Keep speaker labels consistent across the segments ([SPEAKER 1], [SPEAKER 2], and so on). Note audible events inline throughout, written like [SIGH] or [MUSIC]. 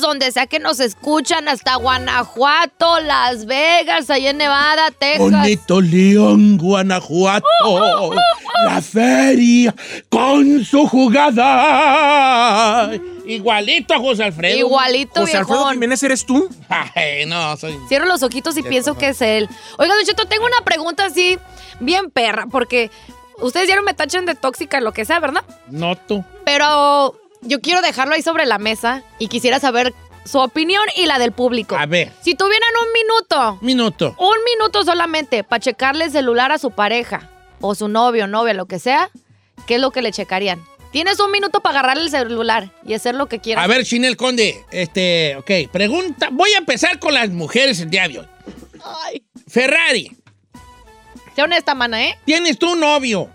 [SPEAKER 1] donde sea que nos escuchan, hasta Guanajuato, Las Vegas, allá en Nevada, Texas. Oh,
[SPEAKER 2] Bonito León, Guanajuato. La feria con su jugada. Igualito a José Alfredo.
[SPEAKER 1] Igualito,
[SPEAKER 3] José Alfredo
[SPEAKER 1] viejón.
[SPEAKER 3] Jiménez, ¿eres tú?
[SPEAKER 2] Ay, no, soy.
[SPEAKER 1] Cierro los ojitos y pienso que es él. Oiga, Don Cheto, tengo una pregunta así, bien perra, porque ustedes ya no me tachan de tóxica, lo que sea, ¿verdad?
[SPEAKER 2] No tú.
[SPEAKER 1] Pero yo quiero dejarlo ahí sobre la mesa y quisiera saber su opinión y la del público.
[SPEAKER 2] A ver,
[SPEAKER 1] Si tuvieran un minuto,
[SPEAKER 2] minuto.
[SPEAKER 1] un minuto solamente para checarle el celular a su pareja o su novio, novia, lo que sea, ¿qué es lo que le checarían? Tienes un minuto para agarrarle el celular y hacer lo que quieras.
[SPEAKER 2] A ver, Chinel Conde, este, ok, pregunta. Voy a empezar con las mujeres el día de hoy.
[SPEAKER 1] Ay,
[SPEAKER 2] Ferrari,
[SPEAKER 1] sea honesta, mana, ¿eh?
[SPEAKER 2] tienes tu novio.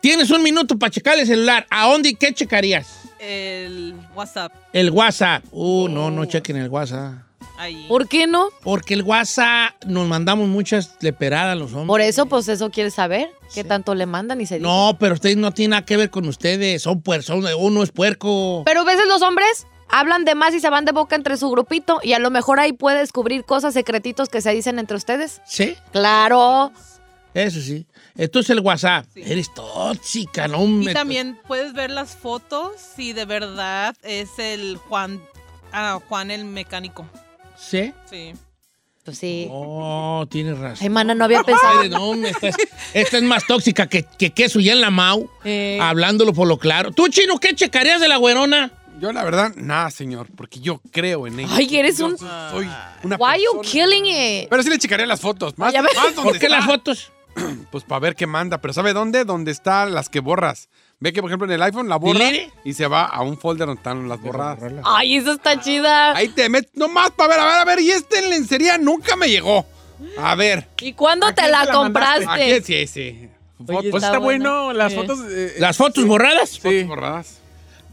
[SPEAKER 2] Tienes un minuto para checar el celular. ¿A dónde y qué checarías?
[SPEAKER 4] El WhatsApp
[SPEAKER 2] El WhatsApp. Uh, no,
[SPEAKER 1] Oh.
[SPEAKER 2] no chequen el WhatsApp.
[SPEAKER 4] ahí.
[SPEAKER 1] ¿Por qué no?
[SPEAKER 2] Porque el WhatsApp nos mandamos muchas leperadas los hombres.
[SPEAKER 1] Por eso, pues eso quiere saber. ¿Qué tanto le mandan y se dice?
[SPEAKER 2] No, pero ustedes no tienen nada que ver con ustedes. Son personas, uno es puerco.
[SPEAKER 1] Pero a veces los hombres hablan de más y se van de boca entre su grupito y a lo mejor ahí puede descubrir cosas, secretitos que se dicen entre ustedes.
[SPEAKER 2] Sí,
[SPEAKER 1] Claro.
[SPEAKER 2] eso sí. Entonces el WhatsApp.
[SPEAKER 4] Sí.
[SPEAKER 2] Eres tóxica, no me.
[SPEAKER 4] Y también puedes ver las fotos si de verdad es el Juan, ah, Juan el mecánico.
[SPEAKER 2] Sí.
[SPEAKER 4] Sí.
[SPEAKER 1] Pues sí.
[SPEAKER 2] Oh, tienes razón.
[SPEAKER 1] Ay, mana, no había pensado.
[SPEAKER 2] Ay, no,
[SPEAKER 1] [LAUGHS]
[SPEAKER 2] me estás- esta es más tóxica que, que queso ya en la Mau.
[SPEAKER 1] Eh.
[SPEAKER 2] Hablándolo por lo claro. ¿Tú, chino, qué checarías de la güerona?
[SPEAKER 3] Yo, la verdad, nada, señor, porque yo creo en ella.
[SPEAKER 1] Ay, eres
[SPEAKER 3] Yo
[SPEAKER 1] un-
[SPEAKER 3] Soy una
[SPEAKER 1] Why you
[SPEAKER 3] persona-
[SPEAKER 1] killing it?
[SPEAKER 3] Pero sí le checaría las fotos. Más,
[SPEAKER 1] Ya ves.
[SPEAKER 3] más donde
[SPEAKER 2] ¿Por qué
[SPEAKER 3] está.
[SPEAKER 2] las fotos?
[SPEAKER 3] Pues para ver qué manda. Pero ¿sabe dónde? Donde están las que borras. Ve que, por ejemplo, en el iPhone la borra
[SPEAKER 2] Delete.
[SPEAKER 3] y se va a un folder donde están las borradas.
[SPEAKER 1] Ay, eso está chida.
[SPEAKER 3] Ahí te metes nomás para ver, a ver, a ver. Y este en lencería nunca me llegó. A ver.
[SPEAKER 1] ¿Y cuándo
[SPEAKER 5] ¿A
[SPEAKER 1] te
[SPEAKER 5] quién
[SPEAKER 1] la
[SPEAKER 5] te la
[SPEAKER 3] Aquí
[SPEAKER 1] compraste?
[SPEAKER 3] sí, sí.
[SPEAKER 1] Oye,
[SPEAKER 3] Fotos,
[SPEAKER 5] Pues
[SPEAKER 1] Está
[SPEAKER 5] está
[SPEAKER 1] bueno.
[SPEAKER 5] bueno, las
[SPEAKER 1] Sí.
[SPEAKER 5] fotos. eh,
[SPEAKER 2] ¿Las fotos borradas?
[SPEAKER 3] fotos
[SPEAKER 5] sí.
[SPEAKER 3] borradas.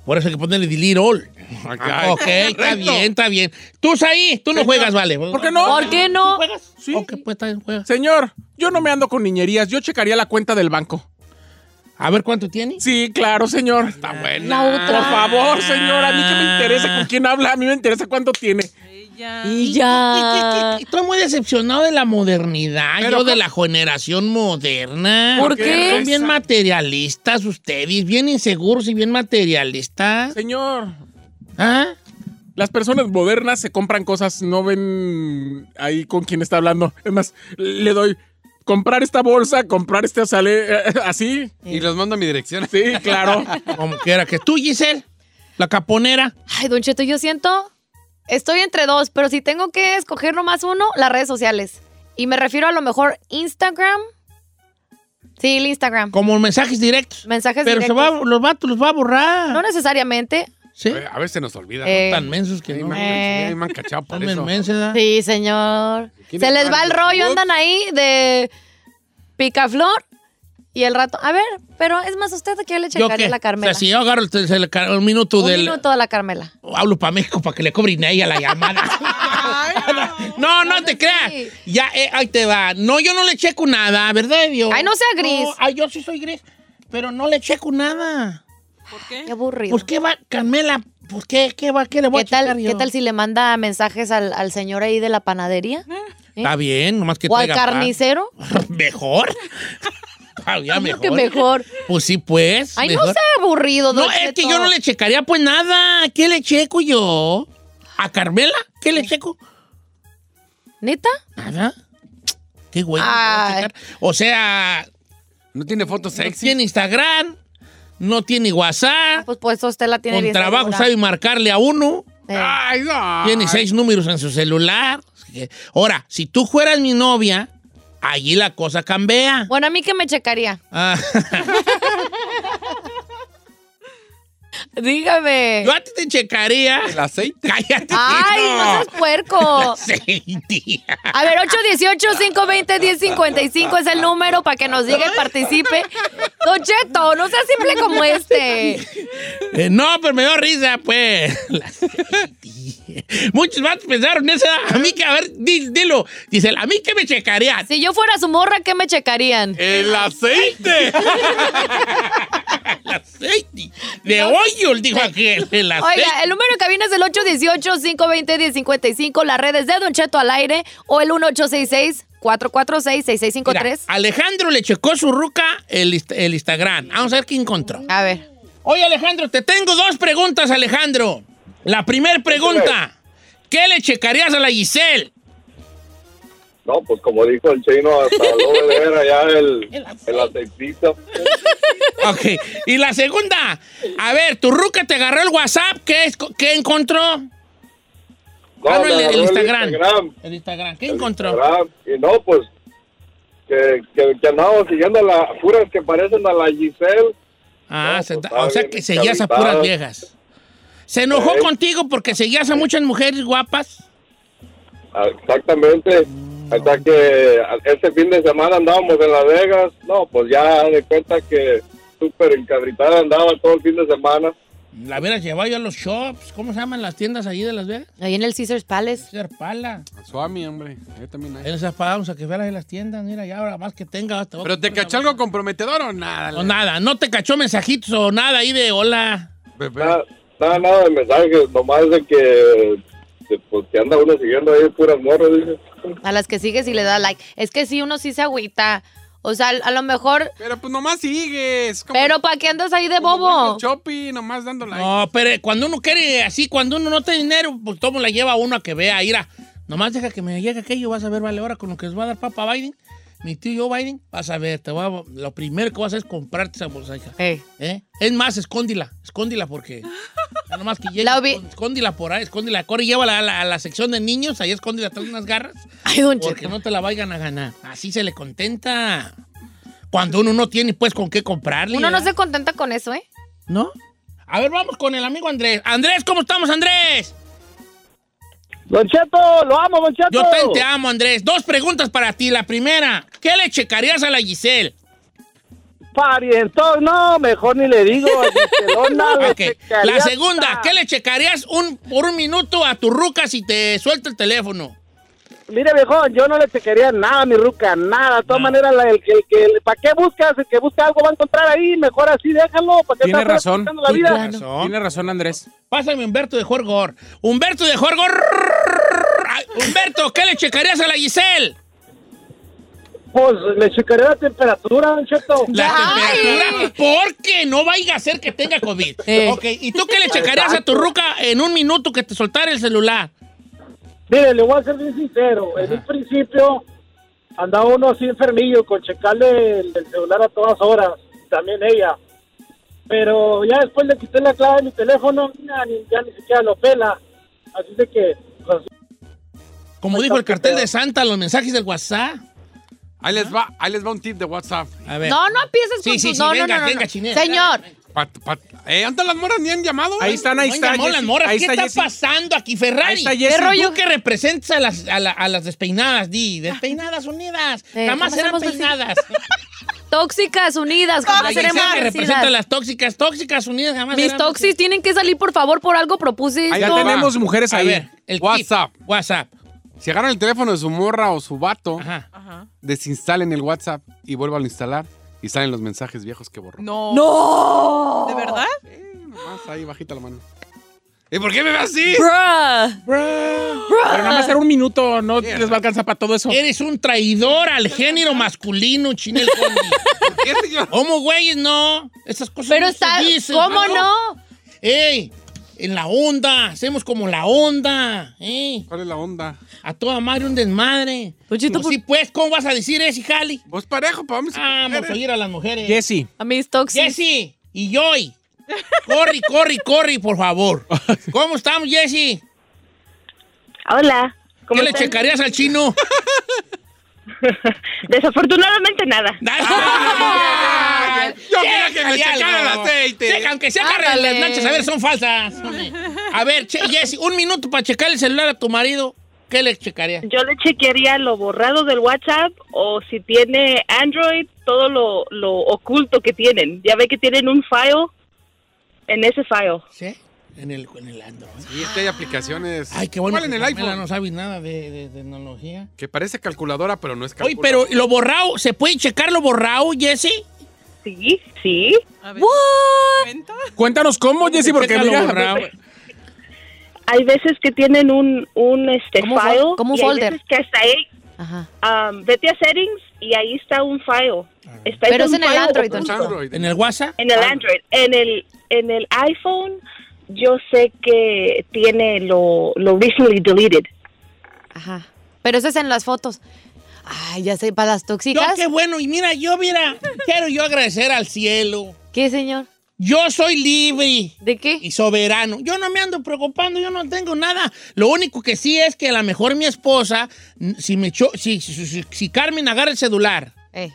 [SPEAKER 2] Por eso hay que ponerle delete all. Ah,
[SPEAKER 3] Acá.
[SPEAKER 2] ok, está [LAUGHS]
[SPEAKER 3] Correcto.
[SPEAKER 2] bien, está bien. Tú, ahí, tú no juegas, vale.
[SPEAKER 5] ¿Por qué no?
[SPEAKER 1] ¿Por qué no?
[SPEAKER 2] ¿Juegas?
[SPEAKER 5] Sí.
[SPEAKER 2] Ok, pues está bien, juegas.
[SPEAKER 5] Señor, yo no me ando con niñerías, yo checaría la cuenta del banco.
[SPEAKER 2] A ver cuánto tienes.
[SPEAKER 5] Sí, claro, señor. Está
[SPEAKER 3] buena.
[SPEAKER 1] La otra.
[SPEAKER 5] Por favor, señor, a mí que me interesa con quién habla, a mí me interesa cuánto tiene.
[SPEAKER 4] Ella.
[SPEAKER 1] Y
[SPEAKER 2] Y-
[SPEAKER 1] ya. [LAUGHS]
[SPEAKER 2] y- y- Estoy muy decepcionado de la modernidad,
[SPEAKER 5] Pero
[SPEAKER 2] yo de
[SPEAKER 5] ¿cómo?
[SPEAKER 2] la generación moderna.
[SPEAKER 1] ¿Por qué?
[SPEAKER 2] Son bien materialistas ustedes, bien inseguros y bien materialistas.
[SPEAKER 5] Señor,
[SPEAKER 2] ¿Ah?
[SPEAKER 5] las personas modernas se compran cosas, no ven ahí con quién está hablando. Es más, le doy comprar esta bolsa, comprar este sale eh, así.
[SPEAKER 3] Y los mando a mi dirección.
[SPEAKER 5] Sí, claro.
[SPEAKER 2] Como quiera que tú, Giselle, la caponera.
[SPEAKER 1] Ay, Don Cheto, yo siento. Estoy entre dos, pero si tengo que escoger nomás uno, las redes sociales. Y me refiero a lo mejor Instagram. Sí, el Instagram.
[SPEAKER 2] Como mensajes directos.
[SPEAKER 1] Mensajes
[SPEAKER 2] Pero se
[SPEAKER 1] directos.
[SPEAKER 2] va, los vatos los va a borrar.
[SPEAKER 1] No necesariamente.
[SPEAKER 2] ¿Sí?
[SPEAKER 3] A veces se nos olvida.
[SPEAKER 1] Eh,
[SPEAKER 2] Tan mensos que
[SPEAKER 3] Ay,
[SPEAKER 2] no.
[SPEAKER 3] man,
[SPEAKER 1] Eh.
[SPEAKER 3] ay, man, cachao, por
[SPEAKER 2] Tan
[SPEAKER 3] eso.
[SPEAKER 2] mensos, ¿verdad?
[SPEAKER 1] Sí, señor.
[SPEAKER 3] ¿Quién
[SPEAKER 1] Se
[SPEAKER 3] es
[SPEAKER 1] les va el
[SPEAKER 3] Carlos?
[SPEAKER 1] rollo, andan ahí de picaflor y el rato. A ver, pero es más, usted que yo le
[SPEAKER 2] ¿Yo
[SPEAKER 1] checaría
[SPEAKER 2] qué?
[SPEAKER 1] a la Carmela.
[SPEAKER 2] O sea, si yo agarro el, tel- el car- un minuto
[SPEAKER 1] Un
[SPEAKER 2] del...
[SPEAKER 1] minuto a la Carmela.
[SPEAKER 2] Hablo para México para que le cobren a
[SPEAKER 1] [LAUGHS]
[SPEAKER 2] ella la llamada. no, no te creas.
[SPEAKER 1] sí.
[SPEAKER 2] Ya, eh, ahí te va. No, yo no le checo nada, ¿verdad, Dios?
[SPEAKER 1] Ay, no sea gris.
[SPEAKER 2] ay, yo sí soy gris, pero no le checo nada.
[SPEAKER 4] ¿Por
[SPEAKER 1] Qué
[SPEAKER 4] qué?
[SPEAKER 1] aburrido.
[SPEAKER 2] ¿Eh? ¿Por qué va, Carmela? ¿Por qué? ¿Qué va? ¿Qué le voy
[SPEAKER 1] ¿Qué
[SPEAKER 2] a checar
[SPEAKER 1] tal,
[SPEAKER 2] yo?
[SPEAKER 1] ¿Qué tal si le manda mensajes al, al señor ahí de la panadería?
[SPEAKER 2] Está bien, nomás ¿Eh? que
[SPEAKER 1] ¿O al
[SPEAKER 2] traiga pan. Ah,
[SPEAKER 1] carnicero?
[SPEAKER 2] [LAUGHS] Mejor.
[SPEAKER 1] [LAUGHS]
[SPEAKER 2] Todavía
[SPEAKER 1] Creo
[SPEAKER 2] mejor.
[SPEAKER 1] que mejor.
[SPEAKER 2] [LAUGHS] Pues sí, pues.
[SPEAKER 1] Ay, no
[SPEAKER 2] mejor.
[SPEAKER 1] sea aburrido,
[SPEAKER 2] No,
[SPEAKER 1] Don
[SPEAKER 2] es que
[SPEAKER 1] Cheto.
[SPEAKER 2] yo no le checaría pues nada. ¿Qué le checo yo? ¿A Carmela? ¿Qué le checo?
[SPEAKER 1] ¿Neta?
[SPEAKER 2] Nada. Qué güey. no
[SPEAKER 1] Ay.
[SPEAKER 2] puedo checar. O sea,
[SPEAKER 3] No tiene fotos
[SPEAKER 2] no
[SPEAKER 3] sexy.
[SPEAKER 2] tiene eh. Instagram, no tiene
[SPEAKER 1] Ah,
[SPEAKER 2] WhatsApp,
[SPEAKER 1] Pues pues usted la tiene
[SPEAKER 2] con
[SPEAKER 1] bien
[SPEAKER 2] trabajo Ah.
[SPEAKER 1] segura.
[SPEAKER 2] sabe marcarle a uno,
[SPEAKER 1] Eh,
[SPEAKER 3] Ay, no.
[SPEAKER 2] tiene seis números en su celular. Ahora, si tú fueras mi novia, allí la cosa cambia.
[SPEAKER 1] Bueno, a mí que me checaría.
[SPEAKER 2] Ah, [LAUGHS]
[SPEAKER 1] Dígame.
[SPEAKER 2] yo a este ti te checaría. [LAUGHS]
[SPEAKER 3] El aceite.
[SPEAKER 2] Cállate.
[SPEAKER 1] Ay, no seas
[SPEAKER 2] [LAUGHS]
[SPEAKER 1] puerco.
[SPEAKER 2] Sí, tía.
[SPEAKER 1] A ver, 818-520-1055 es el número para que nos diga y participe. Don Cheto, no sea simple como este.
[SPEAKER 2] Eh, no, pero me dio risa, pues. [LAUGHS] Muchos vatos pensaron eso. A mí que, a ver, di- dilo. Dice, a mí que me checaría.
[SPEAKER 1] Si yo fuera su morra, ¿qué me checarían?
[SPEAKER 3] El aceite.
[SPEAKER 2] [LAUGHS] El aceite. De hoyos, dijo aquel. El aceite.
[SPEAKER 1] Oiga, el número de cabina es el 818-520-1055, las redes de Don Cheto al aire o el
[SPEAKER 2] Mira,
[SPEAKER 1] 1866-446-6653.
[SPEAKER 2] Alejandro le checó su ruca el, inst- el Instagram. Vamos a ver qué encontró.
[SPEAKER 1] A ver.
[SPEAKER 2] Oye, Alejandro, te tengo dos preguntas, Alejandro. La primera pregunta. ¿Qué le checarías a la Giselle? [LAUGHS]
[SPEAKER 6] No, pues como dijo el
[SPEAKER 2] [LAUGHS]
[SPEAKER 6] chino, hasta luego de ver allá el, el aceitito.
[SPEAKER 2] Ok. Y la segunda. A ver, tu ruca te agarró el WhatsApp. ¿Qué, es- qué encontró? [LAUGHS]
[SPEAKER 6] No,
[SPEAKER 2] Ah, no,
[SPEAKER 6] me
[SPEAKER 2] el- el
[SPEAKER 6] agarró
[SPEAKER 2] Instagram.
[SPEAKER 6] Instagram.
[SPEAKER 2] El Instagram. ¿Qué
[SPEAKER 6] el
[SPEAKER 2] encontró?
[SPEAKER 6] Instagram. Y no, pues que, que, que andamos siguiendo las puras que parecen a la Giselle.
[SPEAKER 2] Ah,
[SPEAKER 6] No,
[SPEAKER 2] se-
[SPEAKER 6] pues,
[SPEAKER 2] o sea
[SPEAKER 6] está
[SPEAKER 2] que
[SPEAKER 6] bien Pues.
[SPEAKER 2] seguías a
[SPEAKER 6] descabezada.
[SPEAKER 2] puras viejas. ¿Se enojó
[SPEAKER 6] Ey.
[SPEAKER 2] contigo porque seguías a muchas mujeres guapas?
[SPEAKER 6] Ah, Exactamente. Hasta que a- este fin de semana andábamos en Las Vegas. No, pues ya de cuenta que súper encabritada andaba todo el fin de semana.
[SPEAKER 2] La hubieras llevado yo a los shops. ¿Cómo se llaman las tiendas allí de Las Vegas?
[SPEAKER 1] Ahí en el Caesars Palace.
[SPEAKER 2] Ser pala.
[SPEAKER 3] Suami, hombre. Ahí también hay.
[SPEAKER 2] Él se apagamos a que fueras en las tiendas. Mira, ya ahora más que tenga. te voy a
[SPEAKER 3] ¿Pero te
[SPEAKER 2] comprar
[SPEAKER 3] cachó
[SPEAKER 2] una-
[SPEAKER 3] algo comprometedor o nada?
[SPEAKER 2] O nada. No te cachó mensajitos o nada ahí de hola.
[SPEAKER 3] Pe- pe-
[SPEAKER 6] Nada, nada, nada de mensajes, nomás de que, de, pues, que anda uno siguiendo ahí puras morras. dice.
[SPEAKER 1] A las que sigues y le da like. Es que sí, uno sí se agüita. O sea, a lo mejor.
[SPEAKER 3] Pero pues nomás sigues. como-
[SPEAKER 1] Pero ¿para qué andas ahí de
[SPEAKER 3] como
[SPEAKER 1] bobo?
[SPEAKER 3] Michael Chopi, nomás dando like.
[SPEAKER 2] No, pero cuando uno quiere así, cuando uno no tiene dinero, pues todo la lleva a uno a que vea, ira. Nomás deja que me llegue aquello, vas a ver, vale, ahora con lo que les va a dar papá Biden, mi tío Joe Biden, vas a ver, te va a- lo primero que vas a hacer es comprarte esa bolsa, hija.
[SPEAKER 1] Eh,
[SPEAKER 2] ¿Eh? Es más, escóndila,
[SPEAKER 1] [LAUGHS]
[SPEAKER 2] escóndila porque... ya nomás que llegue,
[SPEAKER 1] La vi-
[SPEAKER 2] escóndila por ahí, escóndila, corre, llévala a la, a la sección de niños, ahí escóndila, trae unas garras,
[SPEAKER 1] Ay, Don
[SPEAKER 2] porque
[SPEAKER 1] Cheto.
[SPEAKER 2] no te la vayan a ganar. Así se le contenta. Cuando uno no tiene, pues, con qué comprarle.
[SPEAKER 1] Uno no
[SPEAKER 2] ¿verdad?
[SPEAKER 1] se contenta con eso, ¿eh?
[SPEAKER 2] ¿No? A ver, vamos con el amigo Andrés. Andrés, ¿cómo estamos, Andrés?
[SPEAKER 7] Don Cheto, lo amo, Don Cheto.
[SPEAKER 2] Yo también te amo, Andrés. Dos preguntas para ti. La primera, ¿qué le checarías a la Giselle?
[SPEAKER 7] Parientón, no, mejor ni le digo. a
[SPEAKER 2] [LAUGHS]
[SPEAKER 7] Giselona, le
[SPEAKER 2] Ok. La
[SPEAKER 7] checaría
[SPEAKER 2] segunda,
[SPEAKER 7] hasta-
[SPEAKER 2] ¿qué le checarías un, por un minuto a tu ruca si te suelta el teléfono?
[SPEAKER 7] Mire, viejo, yo no le chequearía nada a mi ruca, nada. De todas
[SPEAKER 2] No.
[SPEAKER 7] maneras, la- el que, el que- ¿para qué buscas? El que busca algo va a encontrar ahí, mejor así, déjalo. ¿Para qué
[SPEAKER 5] Tiene
[SPEAKER 7] estás
[SPEAKER 5] razón.
[SPEAKER 7] buscando la
[SPEAKER 2] Sí,
[SPEAKER 7] vida?
[SPEAKER 2] claro. Razón.
[SPEAKER 5] Tiene razón, Andrés.
[SPEAKER 2] Pásame a Humberto de Jorgor. Humberto de Jorgor. Ay, Humberto, ¿qué le checarías a la Giselle?
[SPEAKER 7] Pues le checaría la temperatura, Don Cheto.
[SPEAKER 2] La
[SPEAKER 1] Ay.
[SPEAKER 2] temperatura, porque no vaya a ser que tenga COVID.
[SPEAKER 1] Eh.
[SPEAKER 2] Ok, ¿y tú qué le checarías a tu ruca en un minuto que te soltara el celular?
[SPEAKER 7] Mire, le voy a ser bien sincero. En un principio andaba uno así enfermillo con checarle el, el celular a todas horas, también ella. Pero ya después le quité la clave de mi teléfono, ya ni, ya ni siquiera lo pela. Así de que, pues,
[SPEAKER 1] Pues
[SPEAKER 2] Como dijo el cartel de Santa, los mensajes del WhatsApp.
[SPEAKER 3] Ahí les va, ahí les va un tip de WhatsApp.
[SPEAKER 2] A ver.
[SPEAKER 1] No, no empieces
[SPEAKER 2] Sí,
[SPEAKER 1] con
[SPEAKER 2] sí,
[SPEAKER 1] tus-
[SPEAKER 2] sí,
[SPEAKER 1] no, no,
[SPEAKER 2] venga,
[SPEAKER 1] no, no, no.
[SPEAKER 2] venga, chinela.
[SPEAKER 1] Señor,
[SPEAKER 3] Pa- pa- eh, ¿antes las moras ni han llamado?
[SPEAKER 5] Ahí están, ahí
[SPEAKER 2] No
[SPEAKER 5] están.
[SPEAKER 2] llamó las
[SPEAKER 5] Jessy.
[SPEAKER 2] moras.
[SPEAKER 5] Ahí
[SPEAKER 2] ¿Qué está
[SPEAKER 5] está Jessy.
[SPEAKER 2] pasando aquí, Ferrari?
[SPEAKER 5] Ahí está
[SPEAKER 1] ¿Qué
[SPEAKER 5] Jessy.
[SPEAKER 1] rollo?
[SPEAKER 2] Tú que representas a las, a la- a las despeinadas, di. Despeinadas unidas.
[SPEAKER 1] Eh, jamás
[SPEAKER 2] Jamás serán
[SPEAKER 1] hemos vencido. [LAUGHS]
[SPEAKER 2] peinadas.
[SPEAKER 1] tóxicas unidas,
[SPEAKER 2] La
[SPEAKER 1] ¿cómo
[SPEAKER 2] Giselle
[SPEAKER 1] seremos
[SPEAKER 2] que representa a
[SPEAKER 1] vencidas?
[SPEAKER 2] las tóxicas. Tóxicas unidas jamás
[SPEAKER 1] Mis
[SPEAKER 2] serán
[SPEAKER 1] toxis tienen que salir, por favor, por algo propuse
[SPEAKER 3] Ahí
[SPEAKER 5] Ya
[SPEAKER 3] No.
[SPEAKER 1] esto.
[SPEAKER 5] tenemos mujeres
[SPEAKER 2] vencidas. A
[SPEAKER 5] ahí.
[SPEAKER 2] ver, el tip.
[SPEAKER 3] WhatsApp.
[SPEAKER 2] WhatsApp.
[SPEAKER 3] Si agarran el teléfono de su morra o su vato,
[SPEAKER 2] Ajá.
[SPEAKER 4] Ajá.
[SPEAKER 3] desinstalen el WhatsApp y vuelvan a instalar y salen los mensajes viejos que borró.
[SPEAKER 4] No. ¡No! ¿De verdad?
[SPEAKER 3] Eh, nomás ahí bajita la mano. ¿Y por qué me ve
[SPEAKER 2] [LAUGHS]
[SPEAKER 3] así?
[SPEAKER 1] Bruh.
[SPEAKER 5] Pero nada más era un minuto, no les va a alcanzar para todo eso.
[SPEAKER 1] Eh.
[SPEAKER 2] Eres un traidor al género masculino, Chinel
[SPEAKER 1] [LAUGHS]
[SPEAKER 2] Condi.
[SPEAKER 3] ¿Por qué, señor?
[SPEAKER 2] ¿Cómo, güeyes? No. Esas cosas
[SPEAKER 1] Pero
[SPEAKER 2] no se
[SPEAKER 1] está,
[SPEAKER 2] dicen,
[SPEAKER 1] ¿cómo
[SPEAKER 2] mano.
[SPEAKER 1] no?
[SPEAKER 2] ¡Ey! En la onda, hacemos como la onda, ¡ey!
[SPEAKER 3] ¿Cuál es la onda?
[SPEAKER 2] A toda madre un desmadre.
[SPEAKER 1] Pochito,
[SPEAKER 2] Pues sí, pues, ¿cómo vas a decir eso, Jali?
[SPEAKER 3] Vos Pues parejo, pa' vamos a
[SPEAKER 2] Vamos a oír a las mujeres.
[SPEAKER 5] Jessy.
[SPEAKER 1] A mis toxis.
[SPEAKER 2] Jessy y Joy. Corri, corri, corri, por [LAUGHS] favor. ¿Cómo estamos, Jessy?
[SPEAKER 8] Hola.
[SPEAKER 2] ¿Qué
[SPEAKER 8] ¿Cómo
[SPEAKER 2] le
[SPEAKER 8] están?
[SPEAKER 2] checarías al chino?
[SPEAKER 8] Desafortunadamente nada.
[SPEAKER 2] ¡Ay!
[SPEAKER 3] Ah, Yo quería que me
[SPEAKER 2] Chécale
[SPEAKER 3] checaran el
[SPEAKER 2] algo.
[SPEAKER 3] aceite.
[SPEAKER 2] Checa, aunque sea carga de las
[SPEAKER 1] Ándale.
[SPEAKER 2] nachas, a ver, son falsas. A ver, che- Jessy, un minuto para checar el celular a tu marido. ¿Qué le checarías?
[SPEAKER 8] Yo le chequearía lo borrado del WhatsApp o si tiene Android, todo lo, lo oculto que tienen. Ya ve que tienen un file en ese file.
[SPEAKER 2] ¿Sí? En el, en el Android.
[SPEAKER 3] Y es que hay aplicaciones.
[SPEAKER 2] Ay, qué bueno.
[SPEAKER 3] Igual en
[SPEAKER 2] que
[SPEAKER 3] el
[SPEAKER 2] Carmela
[SPEAKER 3] iPhone.
[SPEAKER 2] No sabes nada de, de tecnología.
[SPEAKER 3] Que parece calculadora, pero no es
[SPEAKER 2] Oye,
[SPEAKER 3] calculadora.
[SPEAKER 2] pero lo borrado, ¿se puede checar lo borrado, Jesse?
[SPEAKER 8] Sí, sí.
[SPEAKER 4] A ver, ¿cuenta?
[SPEAKER 5] Cuéntanos cómo, Jessy, porque
[SPEAKER 2] Checa lo
[SPEAKER 5] mira,
[SPEAKER 2] borrado.
[SPEAKER 8] Hay veces que tienen un, un este
[SPEAKER 1] Como un fol-
[SPEAKER 8] file.
[SPEAKER 1] como un
[SPEAKER 8] y hay
[SPEAKER 1] folder.
[SPEAKER 8] veces que hasta ahí,
[SPEAKER 1] Ajá.
[SPEAKER 8] um, vete a settings y ahí está un file. Está
[SPEAKER 1] Pero
[SPEAKER 8] ese
[SPEAKER 1] es en el
[SPEAKER 8] file
[SPEAKER 1] Android,
[SPEAKER 8] oculto.
[SPEAKER 1] don
[SPEAKER 3] Android.
[SPEAKER 2] ¿En el WhatsApp?
[SPEAKER 8] En el Android. En el, en el iPhone, yo sé que tiene lo, lo recently deleted.
[SPEAKER 1] Ajá. Pero eso es en las fotos. Ay, ya sé, para las
[SPEAKER 2] Yo,
[SPEAKER 1] tóxicas.
[SPEAKER 2] qué bueno. Y mira, yo, mira, quiero yo agradecer al cielo.
[SPEAKER 1] ¿Qué, señor?
[SPEAKER 2] Yo soy libre.
[SPEAKER 1] ¿De qué?
[SPEAKER 2] y soberano. Yo no me ando preocupando, yo no tengo nada. Lo único que sí es que a lo mejor mi esposa, mm, si me cho- si, si, si- si Carmen agarra el celular.
[SPEAKER 1] Eh,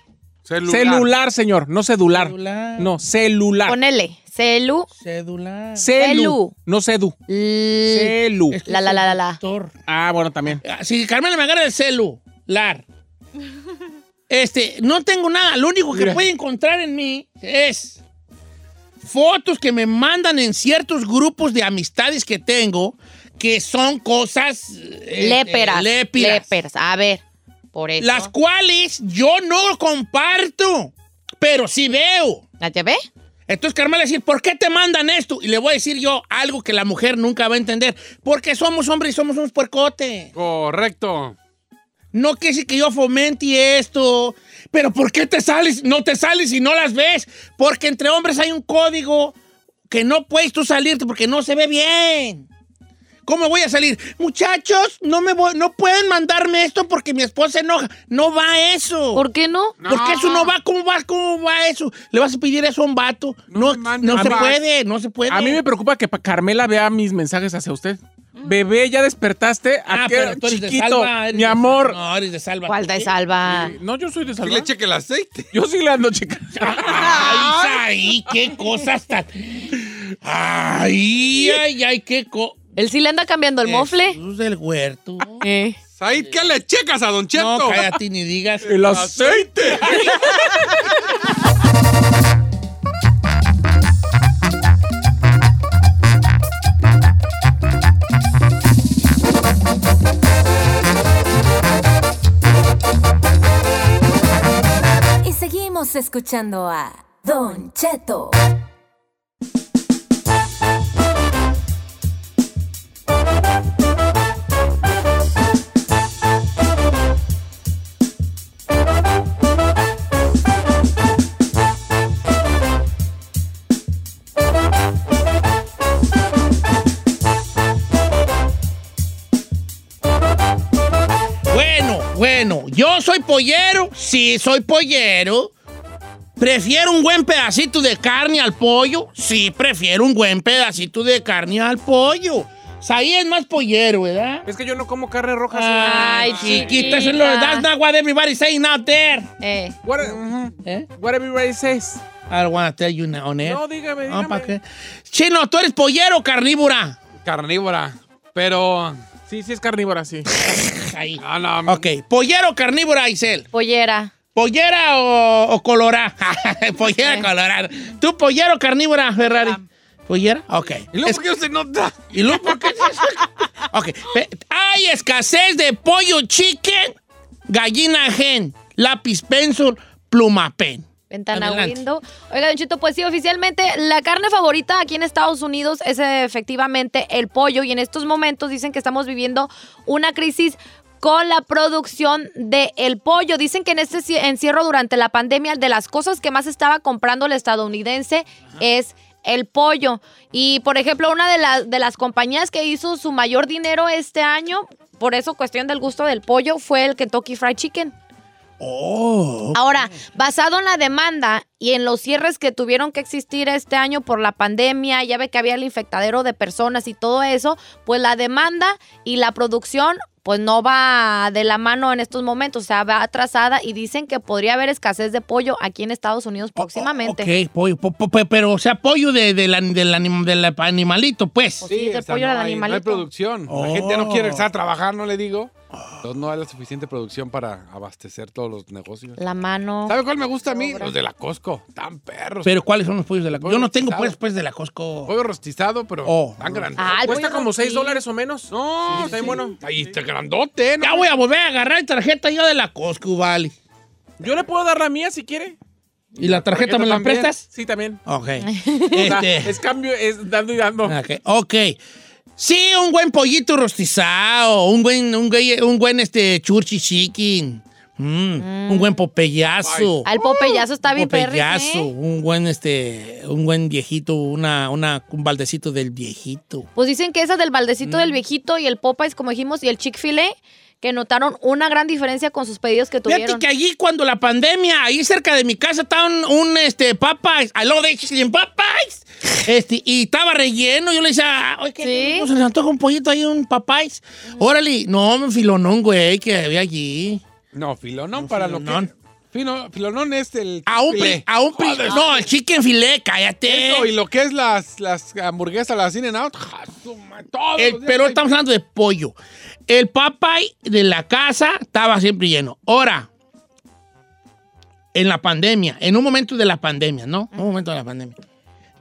[SPEAKER 3] Celular.
[SPEAKER 5] celular, señor, no celular.
[SPEAKER 2] Celular.
[SPEAKER 5] No,
[SPEAKER 2] Ah.
[SPEAKER 5] celular.
[SPEAKER 1] ponele. Celu.
[SPEAKER 2] Celular.
[SPEAKER 5] Celu.
[SPEAKER 1] celu.
[SPEAKER 5] No cedu.
[SPEAKER 1] l-
[SPEAKER 5] Celu.
[SPEAKER 2] Es que
[SPEAKER 1] La, la,
[SPEAKER 2] soy
[SPEAKER 1] la, la, la.
[SPEAKER 2] doctor.
[SPEAKER 5] Ah, bueno, también.
[SPEAKER 2] Ah, Si Carmen me agarra el celular. Este, no tengo nada. Lo único que
[SPEAKER 5] Mira.
[SPEAKER 2] puede encontrar en mí es fotos que me mandan en ciertos grupos de amistades que tengo que son cosas eh,
[SPEAKER 1] Léperas.
[SPEAKER 2] eh, lépidas.
[SPEAKER 1] Léperas. A ver. Por eso.
[SPEAKER 2] las cuales yo no comparto, pero sí veo.
[SPEAKER 1] ¿La llevé?
[SPEAKER 2] Entonces Carmen le va a decir, ¿por qué te mandan esto? Y le voy a decir yo algo que la mujer nunca va a entender. Porque somos hombres y somos unos puercotes.
[SPEAKER 3] Correcto.
[SPEAKER 2] No que sí que yo fomente esto. Pero ¿por qué te sales? No te sales y no las ves. Porque entre hombres hay un código que no puedes tú salirte porque no se ve bien. ¿Cómo voy a salir? Muchachos, no me voy- no pueden mandarme esto porque mi esposa se enoja. No va eso.
[SPEAKER 1] ¿Por qué no?
[SPEAKER 3] No.
[SPEAKER 2] Porque eso no va, ¿cómo va? ¿Cómo va eso? ¿Le vas a pedir eso a un vato? No,
[SPEAKER 3] No me
[SPEAKER 2] no,
[SPEAKER 3] mandes
[SPEAKER 2] se
[SPEAKER 3] más.
[SPEAKER 2] puede, no se puede.
[SPEAKER 5] A mí me preocupa que pa- Carmela vea mis mensajes hacia usted. Bebé, ya despertaste.
[SPEAKER 2] Ah,
[SPEAKER 5] ¿A qué
[SPEAKER 2] pero tú eres de
[SPEAKER 5] chiquito?
[SPEAKER 2] salva. eres
[SPEAKER 5] Mi
[SPEAKER 2] de-
[SPEAKER 5] amor.
[SPEAKER 2] No, eres de salva.
[SPEAKER 1] ¿Cuál da y salva?
[SPEAKER 5] No, yo soy de
[SPEAKER 3] Y
[SPEAKER 5] salva.
[SPEAKER 3] le cheque el aceite.
[SPEAKER 5] Yo sí le
[SPEAKER 3] [LAUGHS]
[SPEAKER 5] ando chica. [LAUGHS]
[SPEAKER 2] Ay, ay, qué cosas tan... Ay, ay, ay, qué co...
[SPEAKER 1] Él sí le anda cambiando el mofle.
[SPEAKER 2] Jesús del huerto.
[SPEAKER 1] Eh.
[SPEAKER 3] Said, ¿qué le checas a Don Cheto?
[SPEAKER 2] No, cállate ni digas.
[SPEAKER 5] El aceite.
[SPEAKER 9] Y seguimos escuchando a Don Cheto.
[SPEAKER 2] Bueno, bueno, yo soy pollero, sí soy pollero. Prefiero un buen pedacito de carne al pollo, sí prefiero un buen pedacito de carne al pollo. Saí es más pollero, ¿verdad?
[SPEAKER 5] Es que yo no como carne roja.
[SPEAKER 2] Ah.
[SPEAKER 1] Ay,
[SPEAKER 2] chiquita, se lo
[SPEAKER 1] chiquita.
[SPEAKER 2] das not what everybody saying out there.
[SPEAKER 1] Eh.
[SPEAKER 5] What,
[SPEAKER 2] ¿Eh?
[SPEAKER 5] what everybody says.
[SPEAKER 2] I don't wanna tell you now, on air.
[SPEAKER 5] No, dígame,
[SPEAKER 2] Ah,
[SPEAKER 5] dígame.
[SPEAKER 2] ¿pa' qué? Chino, ¿tú eres pollero o carnívora?
[SPEAKER 3] Carnívora. Pero.
[SPEAKER 5] Sí, sí es carnívora, sí.
[SPEAKER 2] Ahí.
[SPEAKER 3] Ah, no.
[SPEAKER 2] Ok, pollero o carnívora, Isel.
[SPEAKER 1] Pollera.
[SPEAKER 2] ¿Pollera o, o colorá? [LAUGHS] pollera colorada. ¿Tú pollero o carnívora, Ferrari? ¿Pollera? Ok.
[SPEAKER 3] ¿Y luego
[SPEAKER 2] Es-
[SPEAKER 3] por qué se nota?
[SPEAKER 2] ¿Y luego por qué [LAUGHS] es eso? Ok. Pe- Hay escasez de pollo chicken, gallina gen, lápiz pencil, pluma pen.
[SPEAKER 1] Ventana
[SPEAKER 2] Adelante.
[SPEAKER 1] window. Oiga, Don Chito, pues sí, oficialmente la carne favorita aquí en Estados Unidos es eh, efectivamente el pollo y en estos momentos dicen que estamos viviendo una crisis con la producción del el pollo. Dicen que en este ci- encierro durante la pandemia de las cosas que más estaba comprando el estadounidense es el pollo. Y por ejemplo, una de, las de las compañías que hizo su mayor dinero este año, por eso cuestión del gusto del pollo, fue el Kentucky Fried Chicken.
[SPEAKER 2] Oh.
[SPEAKER 1] Ahora, basado en la demanda y en los cierres que tuvieron que existir este año por la pandemia, ya ve que había el infectadero de personas y todo eso, pues la demanda y la producción pues no va de la mano en estos momentos, o sea, va atrasada y dicen que podría haber escasez de pollo aquí en Estados Unidos próximamente.
[SPEAKER 2] Ok, pollo. po- po- pe- pero, o sea, pollo de, del an- del anim- del animalito, pues.
[SPEAKER 1] Pues sí, del
[SPEAKER 3] o sea,
[SPEAKER 1] pollo
[SPEAKER 3] no
[SPEAKER 1] al
[SPEAKER 3] hay- No hay
[SPEAKER 1] animalito.
[SPEAKER 3] producción.
[SPEAKER 2] Oh.
[SPEAKER 3] La gente no quiere regresar a trabajar, no le digo. Entonces no hay la suficiente producción para abastecer todos los negocios.
[SPEAKER 1] La mano.
[SPEAKER 3] ¿Sabe cuál me gusta a mí?
[SPEAKER 1] Sobra.
[SPEAKER 3] Los de la Costco. Tan perros.
[SPEAKER 2] Pero, ¿cuáles son los pollos de la Costco? Yo no tengo,
[SPEAKER 3] Rostizado.
[SPEAKER 2] pues, pues, de la Costco.
[SPEAKER 3] Pollo rostizado, pero
[SPEAKER 2] Oh.
[SPEAKER 3] tan grande.
[SPEAKER 1] Ah, el
[SPEAKER 5] Cuesta
[SPEAKER 1] pollo
[SPEAKER 5] como 6
[SPEAKER 1] rostizado.
[SPEAKER 5] dólares o menos.
[SPEAKER 3] No,
[SPEAKER 5] Sí, está bien bueno.
[SPEAKER 3] Ahí está grandote, ¿no?
[SPEAKER 2] Ya voy a volver a agarrar tarjeta yo de la Costco, vale.
[SPEAKER 5] Yo le puedo dar la mía si quiere.
[SPEAKER 2] ¿Y la tarjeta me la
[SPEAKER 5] también.
[SPEAKER 2] prestas?
[SPEAKER 5] Sí, también.
[SPEAKER 1] [LAUGHS]
[SPEAKER 2] Ok.
[SPEAKER 5] O sea,
[SPEAKER 2] Este, Ah,
[SPEAKER 5] es cambio, Ah, es dando y dando.
[SPEAKER 2] ok. ok. Sí, un buen pollito rostizado, un buen, un güey- un buen este churchi chicken, mm, un buen popeyazo.
[SPEAKER 1] Al popeyazo está bien ¿eh?
[SPEAKER 2] Un
[SPEAKER 1] perro.
[SPEAKER 2] popeyazo, un buen este, un buen viejito, una, una, un baldecito del viejito.
[SPEAKER 1] Pues dicen que esa del baldecito del viejito y el Popeyes, como dijimos, y el Chick-fil-A, que notaron una gran diferencia con sus pedidos que
[SPEAKER 2] Fíjate
[SPEAKER 1] tuvieron.
[SPEAKER 2] que allí cuando la pandemia, ahí cerca de mi casa estaba un, un, este Popeyes, I love Mexican Popeyes. Este, y estaba relleno, yo le decía, "Ah, oye, ¿qué
[SPEAKER 1] Sí.
[SPEAKER 2] rico, se le antoja un pollito ahí, un Popeyes. Órale, no, un filonón, güey, que había allí.
[SPEAKER 3] No, filonón para lo que.
[SPEAKER 2] filonón.
[SPEAKER 3] Fino- filonón es el.
[SPEAKER 2] A un, pri-
[SPEAKER 3] chicle.
[SPEAKER 2] a un, pri- no, el chicken filet, cállate.
[SPEAKER 3] Eso, y lo que es las, las hamburguesas, las in and out. ja, su ma-
[SPEAKER 1] Ah,
[SPEAKER 3] todos
[SPEAKER 2] El-
[SPEAKER 3] los días
[SPEAKER 2] pero
[SPEAKER 3] hay-
[SPEAKER 2] estamos hablando de pollo. El Popeye de la casa estaba siempre lleno. Ahora, en la pandemia, en un momento de la pandemia, ¿no? Un momento de la pandemia.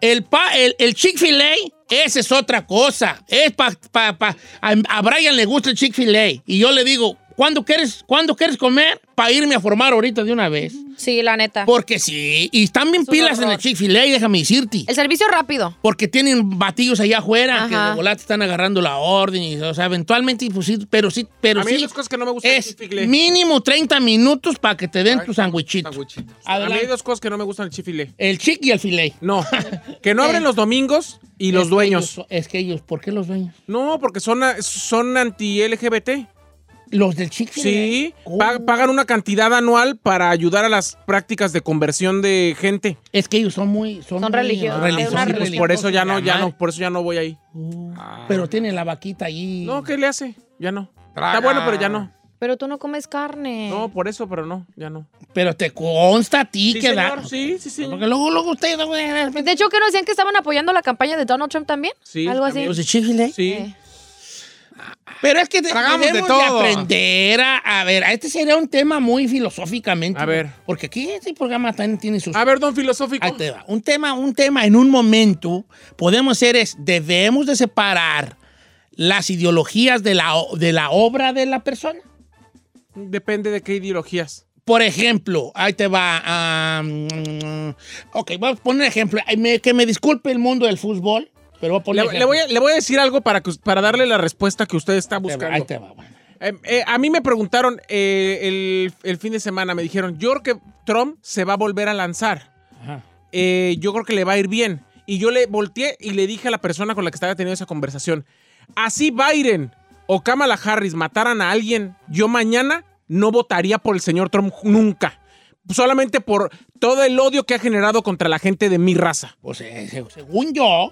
[SPEAKER 2] El, pa- el, el Chick-fil-A, esa es otra cosa. Es pa, pa- pa- a, a Brian le gusta el Chick-fil-A. Y yo le digo, ¿cuándo quieres, ¿cuándo quieres comer? Para irme a formar ahorita de una vez.
[SPEAKER 1] Sí, la neta.
[SPEAKER 2] Porque sí. Y están bien
[SPEAKER 1] Es un
[SPEAKER 2] pilas en el
[SPEAKER 1] horror.
[SPEAKER 2] Chick-fil-A, déjame decirte.
[SPEAKER 1] El servicio rápido.
[SPEAKER 2] Porque tienen batillos allá afuera que
[SPEAKER 1] Ajá.
[SPEAKER 2] de volada te están agarrando la orden. Y, o sea, eventualmente, pues sí, pero sí, pero
[SPEAKER 5] A mí
[SPEAKER 2] sí.
[SPEAKER 5] las cosas que no me gustan
[SPEAKER 2] Es
[SPEAKER 5] del chifile.
[SPEAKER 2] mínimo 30 minutos para que te den tu sandwichito.
[SPEAKER 3] Sandwichitos.
[SPEAKER 5] A mí
[SPEAKER 2] Adelante.
[SPEAKER 5] hay dos cosas que no me gustan del chifile.
[SPEAKER 2] El chic y el filé. [LAUGHS]
[SPEAKER 5] No, que no abren los domingos y
[SPEAKER 2] Es
[SPEAKER 5] los
[SPEAKER 2] que
[SPEAKER 5] dueños.
[SPEAKER 2] ellos- es que ellos, ¿por qué los dueños?
[SPEAKER 5] No, porque son, son anti-LGBT.
[SPEAKER 2] Los del chic
[SPEAKER 5] Sí,
[SPEAKER 2] Oh.
[SPEAKER 5] pa- pagan una cantidad anual para ayudar a las prácticas de conversión de gente.
[SPEAKER 2] Es que ellos son muy. Son,
[SPEAKER 1] Son
[SPEAKER 2] muy
[SPEAKER 1] religiosos.
[SPEAKER 5] Sí,
[SPEAKER 1] Es una
[SPEAKER 5] pues,
[SPEAKER 1] religión.
[SPEAKER 5] por eso ya
[SPEAKER 2] La
[SPEAKER 5] no, ya
[SPEAKER 2] madre.
[SPEAKER 5] no, por eso ya no voy ahí.
[SPEAKER 2] Uh, Pero tienen la vaquita ahí.
[SPEAKER 5] No, ¿qué le hace? Ya no.
[SPEAKER 3] Traga.
[SPEAKER 5] Está bueno, pero ya no.
[SPEAKER 1] Pero tú no comes
[SPEAKER 2] Eh.
[SPEAKER 1] carne.
[SPEAKER 5] No, por eso, pero no, ya no.
[SPEAKER 2] Pero te consta a ti
[SPEAKER 5] Sí,
[SPEAKER 2] que da-
[SPEAKER 5] señor, sí, sí, sí.
[SPEAKER 2] Porque luego, luego ustedes. ¿no?
[SPEAKER 1] De hecho, que no decían que estaban apoyando la campaña de Donald Trump también.
[SPEAKER 5] Sí,
[SPEAKER 1] Algo así.
[SPEAKER 2] Los de Chick-fil-A.
[SPEAKER 5] Sí.
[SPEAKER 1] Eh.
[SPEAKER 2] Pero es que de-
[SPEAKER 3] Tragamos de
[SPEAKER 2] debemos de,
[SPEAKER 3] todo.
[SPEAKER 2] aprender a, a ver, este sería un tema muy filosóficamente.
[SPEAKER 5] A ver.
[SPEAKER 2] Porque aquí este programa también tiene sus...
[SPEAKER 5] A ver, don filosófico.
[SPEAKER 2] Ahí te va. Un tema, un tema en un momento podemos hacer es, debemos de separar las ideologías de la, o- de la obra de la persona.
[SPEAKER 5] Depende de qué ideologías.
[SPEAKER 2] Por ejemplo, ahí te va. ah, mm, ok, voy a poner un ejemplo. Ay, me- que me disculpe el mundo del fútbol, pero voy a poner
[SPEAKER 5] Le, le voy a, le voy a decir algo para, que us- para darle la respuesta que usted está
[SPEAKER 2] Ahí te va,
[SPEAKER 5] buscando.
[SPEAKER 2] Ahí te va. bueno.
[SPEAKER 5] Eh, eh, a mí me preguntaron eh, el, el fin de semana, me dijeron, yo creo que Trump se va a volver a lanzar.
[SPEAKER 2] Ajá.
[SPEAKER 5] Eh, yo creo que le va a ir bien. Y yo le volteé y le dije a la persona con la que estaba teniendo esa conversación, así Biden o Kamala Harris mataran a alguien, yo mañana no votaría por el señor Trump nunca. Solamente por todo el odio que ha generado contra la gente de mi raza.
[SPEAKER 2] Pues, eh, se- según yo,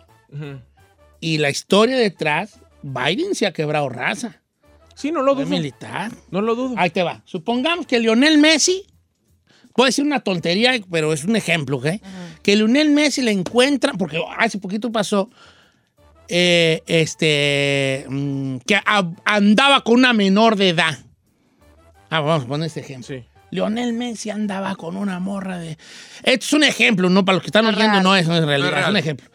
[SPEAKER 2] y la historia detrás, Biden se ha quebrado raza.
[SPEAKER 5] Sí, no lo
[SPEAKER 2] Fue
[SPEAKER 5] dudo.
[SPEAKER 2] militar.
[SPEAKER 5] No lo dudo.
[SPEAKER 2] Ahí te va. Supongamos que Lionel Messi, puede ser una tontería, pero es un ejemplo, ¿ok? Que Lionel Messi le encuentra, porque hace poquito pasó, eh, este, mm, que a- andaba con una menor de edad. Ah, vamos a poner este ejemplo.
[SPEAKER 5] Sí.
[SPEAKER 2] Lionel Messi andaba con una morra de... Esto es un ejemplo, ¿no? Para los que están
[SPEAKER 1] No es
[SPEAKER 2] oyendo,
[SPEAKER 1] real.
[SPEAKER 2] no es, no es realidad,
[SPEAKER 3] No es
[SPEAKER 2] es un
[SPEAKER 3] real.
[SPEAKER 2] ejemplo.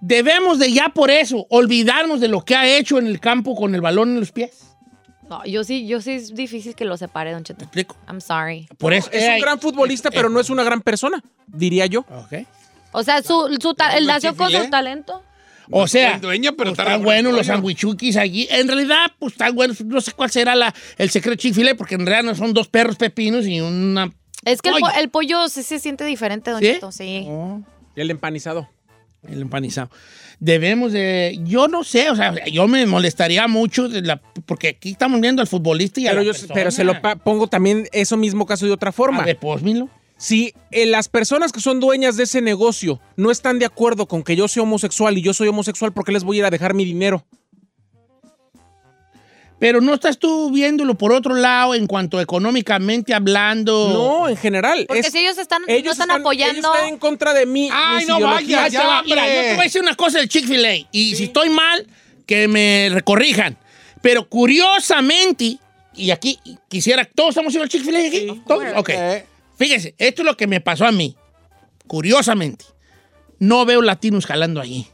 [SPEAKER 2] Debemos de ya por eso olvidarnos de lo que ha hecho en el campo con el balón en los pies.
[SPEAKER 1] No, yo sí, yo sí es difícil que lo separe, Don Cheto.
[SPEAKER 2] ¿Me explico?
[SPEAKER 1] I'm sorry.
[SPEAKER 2] Por eso
[SPEAKER 5] Es un gran futbolista, pero no es una gran persona, diría yo.
[SPEAKER 2] Ok.
[SPEAKER 1] O sea, su, su ta- él
[SPEAKER 3] ¿No
[SPEAKER 1] nació con
[SPEAKER 3] Chick-fil-A?
[SPEAKER 1] su talento.
[SPEAKER 2] O sea,
[SPEAKER 3] el dueño,
[SPEAKER 2] pues,
[SPEAKER 3] pero está
[SPEAKER 2] están
[SPEAKER 3] re
[SPEAKER 2] buenos
[SPEAKER 3] bueno.
[SPEAKER 2] los sandwichuquis allí. En realidad, pues están buenos. No sé cuál será la, el secreto chifile, porque en realidad no son dos perros pepinos y una.
[SPEAKER 1] Es que el,
[SPEAKER 2] Oye.
[SPEAKER 1] po- el pollo sí se siente diferente, Don
[SPEAKER 2] ¿Sí?
[SPEAKER 1] Cheto, sí.
[SPEAKER 2] Oh,
[SPEAKER 5] El empanizado.
[SPEAKER 2] el empanizado. Debemos de. Yo no sé, o sea, yo me molestaría mucho de la- porque aquí estamos viendo al futbolista y a
[SPEAKER 5] Pero,
[SPEAKER 2] la
[SPEAKER 5] yo,
[SPEAKER 2] persona. Ah,
[SPEAKER 5] pero se lo pa- pongo también eso mismo caso de otra
[SPEAKER 2] A
[SPEAKER 5] forma.
[SPEAKER 2] ver, pósmelo.
[SPEAKER 5] Si eh, las personas que son dueñas de ese negocio no están de acuerdo con que yo sea homosexual y yo soy homosexual, ¿por qué les voy a ir a dejar mi dinero?
[SPEAKER 2] Pero no estás tú viéndolo por otro lado en cuanto económicamente hablando.
[SPEAKER 5] No, en general.
[SPEAKER 1] Porque
[SPEAKER 5] es-
[SPEAKER 1] si ellos están, no están, apoyando.
[SPEAKER 5] ellos están en contra de mí.
[SPEAKER 3] Ay,
[SPEAKER 5] mis
[SPEAKER 3] no
[SPEAKER 5] ideologías.
[SPEAKER 2] Ahí
[SPEAKER 3] vayas,
[SPEAKER 2] te
[SPEAKER 3] ya,
[SPEAKER 2] va. Mira,
[SPEAKER 3] hombre.
[SPEAKER 2] yo te voy a decir una cosa del Chick-fil-A. Y si estoy mal, que me corrijan. Pero curiosamente, y aquí quisiera, ¿todos estamos en el Chick-fil-A aquí? ¿Todos? Ok.
[SPEAKER 3] Eh,
[SPEAKER 2] Fíjense, esto es lo que me pasó a mí. Curiosamente, no veo latinos jalando allí.